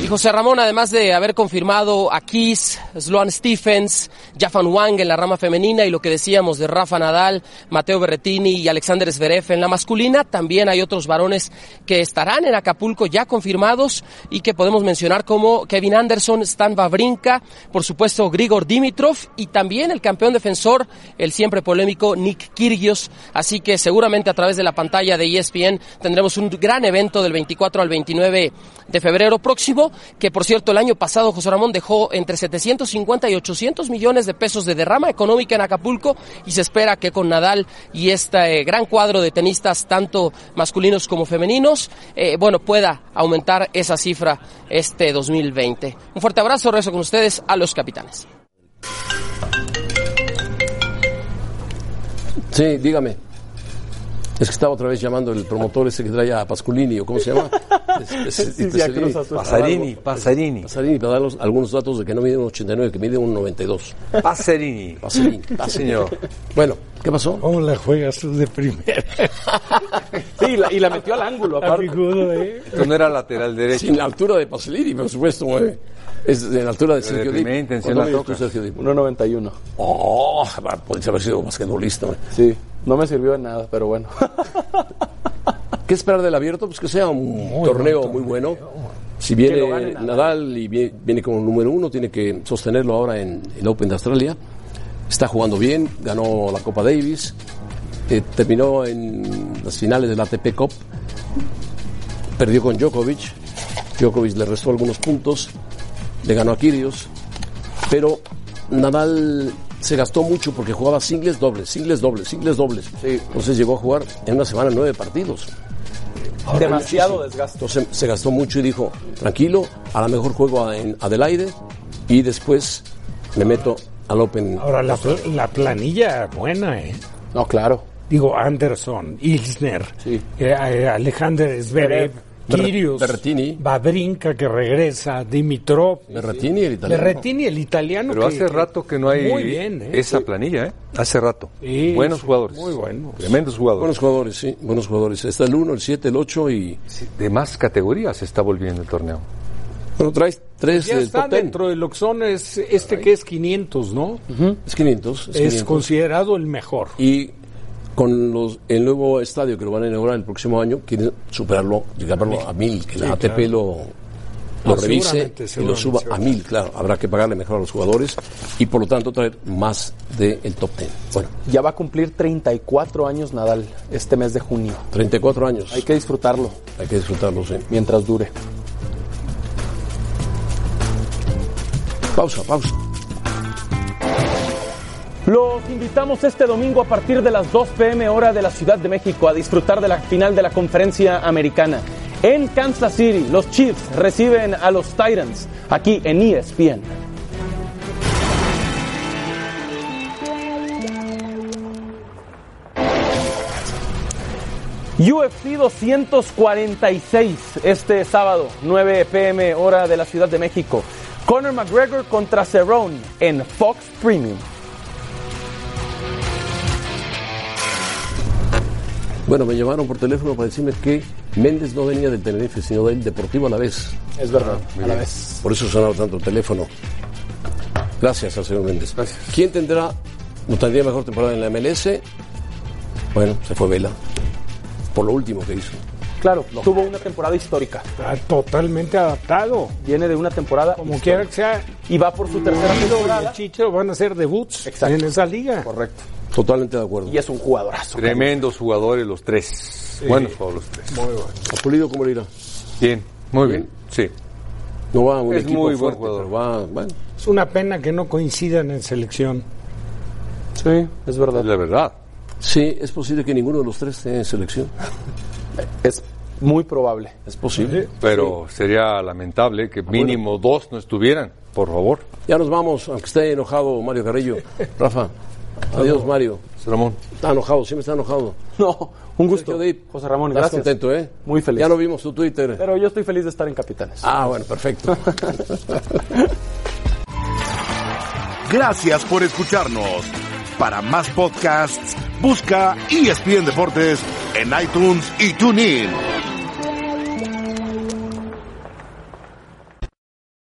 Speaker 15: Y José Ramón, además de haber confirmado a Kiss, Sloan Stephens, Jafan Wang en la rama femenina y lo que decíamos de Rafa Nadal, Mateo Berretini y Alexander Zverev en la masculina, también hay otros varones que estarán en Acapulco ya confirmados y que podemos mencionar como Kevin Anderson, Stan Wawrinka, por supuesto Grigor Dimitrov y también el campeón defensor, el siempre polémico Nick Kyrgios. Así que seguramente a través de la pantalla de E ESPN tendremos un gran evento del 24 al 29 de febrero próximo, que por cierto el año pasado José Ramón dejó entre 750 y 800 millones de pesos de derrama económica en Acapulco y se espera que con Nadal y este eh, gran cuadro de tenistas, tanto masculinos como femeninos, eh, bueno, pueda aumentar esa cifra este 2020. Un fuerte abrazo, rezo con ustedes a los capitanes.
Speaker 2: Sí, dígame. Es que estaba otra vez llamando el promotor ese que trae a Pasculini o cómo se llama. Es- es-
Speaker 3: Sí,
Speaker 2: y
Speaker 3: sí, a
Speaker 2: Pasarini.
Speaker 3: Cruz Azul. Pasarini, Pasarini.
Speaker 2: Pasarini, para dar los- algunos datos de que no mide un 89, que mide un 92.
Speaker 3: Pasarini.
Speaker 2: Pasarini,
Speaker 3: Sí, señor.
Speaker 2: Bueno, ¿qué pasó?
Speaker 4: ¿Cómo la juegas tú de primera?
Speaker 5: Sí, la- y la metió al ángulo, aparte.
Speaker 3: Esto no era lateral ¿eh? derecho.
Speaker 2: Sin la altura de Pasolini, por supuesto, güey. Es de la altura de
Speaker 3: Pero
Speaker 2: Sergio
Speaker 3: de
Speaker 2: Dip.
Speaker 3: primera intención
Speaker 2: ¿Cuánto
Speaker 3: la
Speaker 2: mides tú,
Speaker 3: tocas?
Speaker 2: Sergio Dip?
Speaker 5: 1.91.
Speaker 2: Oh, podrías haber sido basquetbolista, güey.
Speaker 5: Sí, no me sirvió de nada, pero bueno.
Speaker 2: ¿Qué esperar del abierto? Pues que sea un
Speaker 5: buen
Speaker 2: torneo muy bueno. Si
Speaker 5: Que
Speaker 2: viene
Speaker 5: lo gane
Speaker 2: Nadal. y vie- viene como número uno, tiene que sostenerlo ahora en el Open de Australia. Está jugando bien, ganó la Copa Davis, eh, terminó en las finales de la ATP Cup, perdió con Djokovic, Djokovic le restó algunos puntos, le ganó a Kyrgios, pero Nadal se gastó mucho porque jugaba singles dobles, singles dobles, singles dobles. Entonces llegó a jugar en una semana nueve partidos.
Speaker 5: Demasiado desgaste.
Speaker 2: Entonces se gastó mucho y dijo, tranquilo, a lo mejor juego a- en Adelaide y después me meto al Open.
Speaker 4: Ahora, la, pl- la planilla buena, ¿eh?
Speaker 5: No, claro.
Speaker 4: Digo, Anderson, Ilsner, eh, eh, Alexander Zverev,
Speaker 2: Ber-
Speaker 4: Kirios,
Speaker 2: Berrettini.
Speaker 4: Babrinka que regresa, Dimitrov.
Speaker 2: Berretini el italiano.
Speaker 4: Berrettini, el italiano.
Speaker 3: Pero
Speaker 4: que-
Speaker 3: hace rato que no hay
Speaker 4: Muy bien, ¿eh?
Speaker 3: esa planilla, ¿eh? Hace rato.
Speaker 4: Sí,
Speaker 3: buenos
Speaker 4: sí,
Speaker 3: jugadores.
Speaker 4: Muy buenos.
Speaker 3: Tremendos jugadores.
Speaker 2: Buenos jugadores, sí, buenos jugadores. Está el 1, el 7, el 8 y...
Speaker 3: De más categorías se está volviendo el torneo.
Speaker 2: Bueno, traes tres
Speaker 4: Ya
Speaker 2: del
Speaker 4: está
Speaker 2: top ten.
Speaker 4: dentro del Oxón, es este que es 500, ¿no?
Speaker 2: Es 500.
Speaker 4: Es, considerado el mejor.
Speaker 2: Y con los, el nuevo estadio que lo van a inaugurar el próximo año, quieren superarlo, llegarlo a mil, que
Speaker 4: Sí,
Speaker 2: la ATP
Speaker 4: claro.
Speaker 2: lo, lo
Speaker 4: Ah,
Speaker 2: revise
Speaker 4: seguramente,
Speaker 2: y lo
Speaker 4: seguramente,
Speaker 2: suba a
Speaker 4: seguramente.
Speaker 2: mil, claro. Habrá que pagarle mejor a los jugadores y por lo tanto traer más del top ten. Bueno,
Speaker 5: Ya va a cumplir 34 años Nadal este mes de junio.
Speaker 2: 34 años.
Speaker 5: Hay que disfrutarlo
Speaker 2: Hay que disfrutarlo, sí.
Speaker 5: mientras dure.
Speaker 2: Pausa, pausa.
Speaker 5: Los invitamos este domingo a partir de las 2 pm hora de la Ciudad de México a disfrutar de la final de la conferencia americana. En Kansas City, los Chiefs reciben a los Titans aquí en E ESPN. UFC 246 este sábado, 9 pm hora de la Ciudad de México. Conor McGregor contra Cerrone en Fox Premium.
Speaker 2: Bueno, me llamaron por teléfono para decirme que Méndez no venía del Tenerife, sino del Deportivo a la vez.
Speaker 5: Es verdad,
Speaker 2: Muy
Speaker 5: a la
Speaker 2: bien.
Speaker 5: vez.
Speaker 2: Por eso sonaba tanto el teléfono. Gracias al señor Méndez. ¿Quién tendrá, no tendría mejor temporada en la MLS? Bueno, se fue Vela. Por lo último que hizo.
Speaker 5: Claro, tuvo una temporada histórica.
Speaker 4: Está totalmente adaptado.
Speaker 5: Viene de una temporada.
Speaker 4: Como quiera que sea.
Speaker 5: Y va por su tercera temporada.
Speaker 4: Chichero van a ser debuts en esa liga.
Speaker 5: Correcto.
Speaker 2: Totalmente de acuerdo.
Speaker 5: Y es un
Speaker 4: Ah,
Speaker 5: jugadorazo.
Speaker 3: Tremendos jugadores los tres. Buenos todos los tres.
Speaker 2: Muy bueno. ¿A Pulido cómo le irá?
Speaker 3: Bien, muy bien. Sí.
Speaker 2: No va a un
Speaker 4: Es
Speaker 2: equipo
Speaker 4: muy buen
Speaker 2: fuerte, pero va, bueno.
Speaker 4: Es una pena que no coincidan en selección.
Speaker 5: Sí, es verdad.
Speaker 3: La verdad.
Speaker 2: Sí, es posible que ninguno de los tres esté en selección.
Speaker 5: Es muy probable.
Speaker 2: Es posible.
Speaker 3: Pero sería lamentable que mínimo dos no estuvieran, por favor.
Speaker 2: Ya nos vamos, aunque esté enojado Mario Carrillo. Rafa, adiós Mario.
Speaker 3: Ramón.
Speaker 2: Está enojado, siempre está enojado.
Speaker 5: No, un gusto. José Ramón,
Speaker 2: Estás
Speaker 5: gracias.
Speaker 2: contento, ¿eh?
Speaker 5: Muy feliz.
Speaker 2: Ya lo vimos tu Twitter.
Speaker 5: Pero yo estoy feliz de estar en Capitanes.
Speaker 2: Ah, bueno, perfecto.
Speaker 1: Gracias por escucharnos. Para E más podcasts, busca ESPN Deportes en iTunes y TuneIn.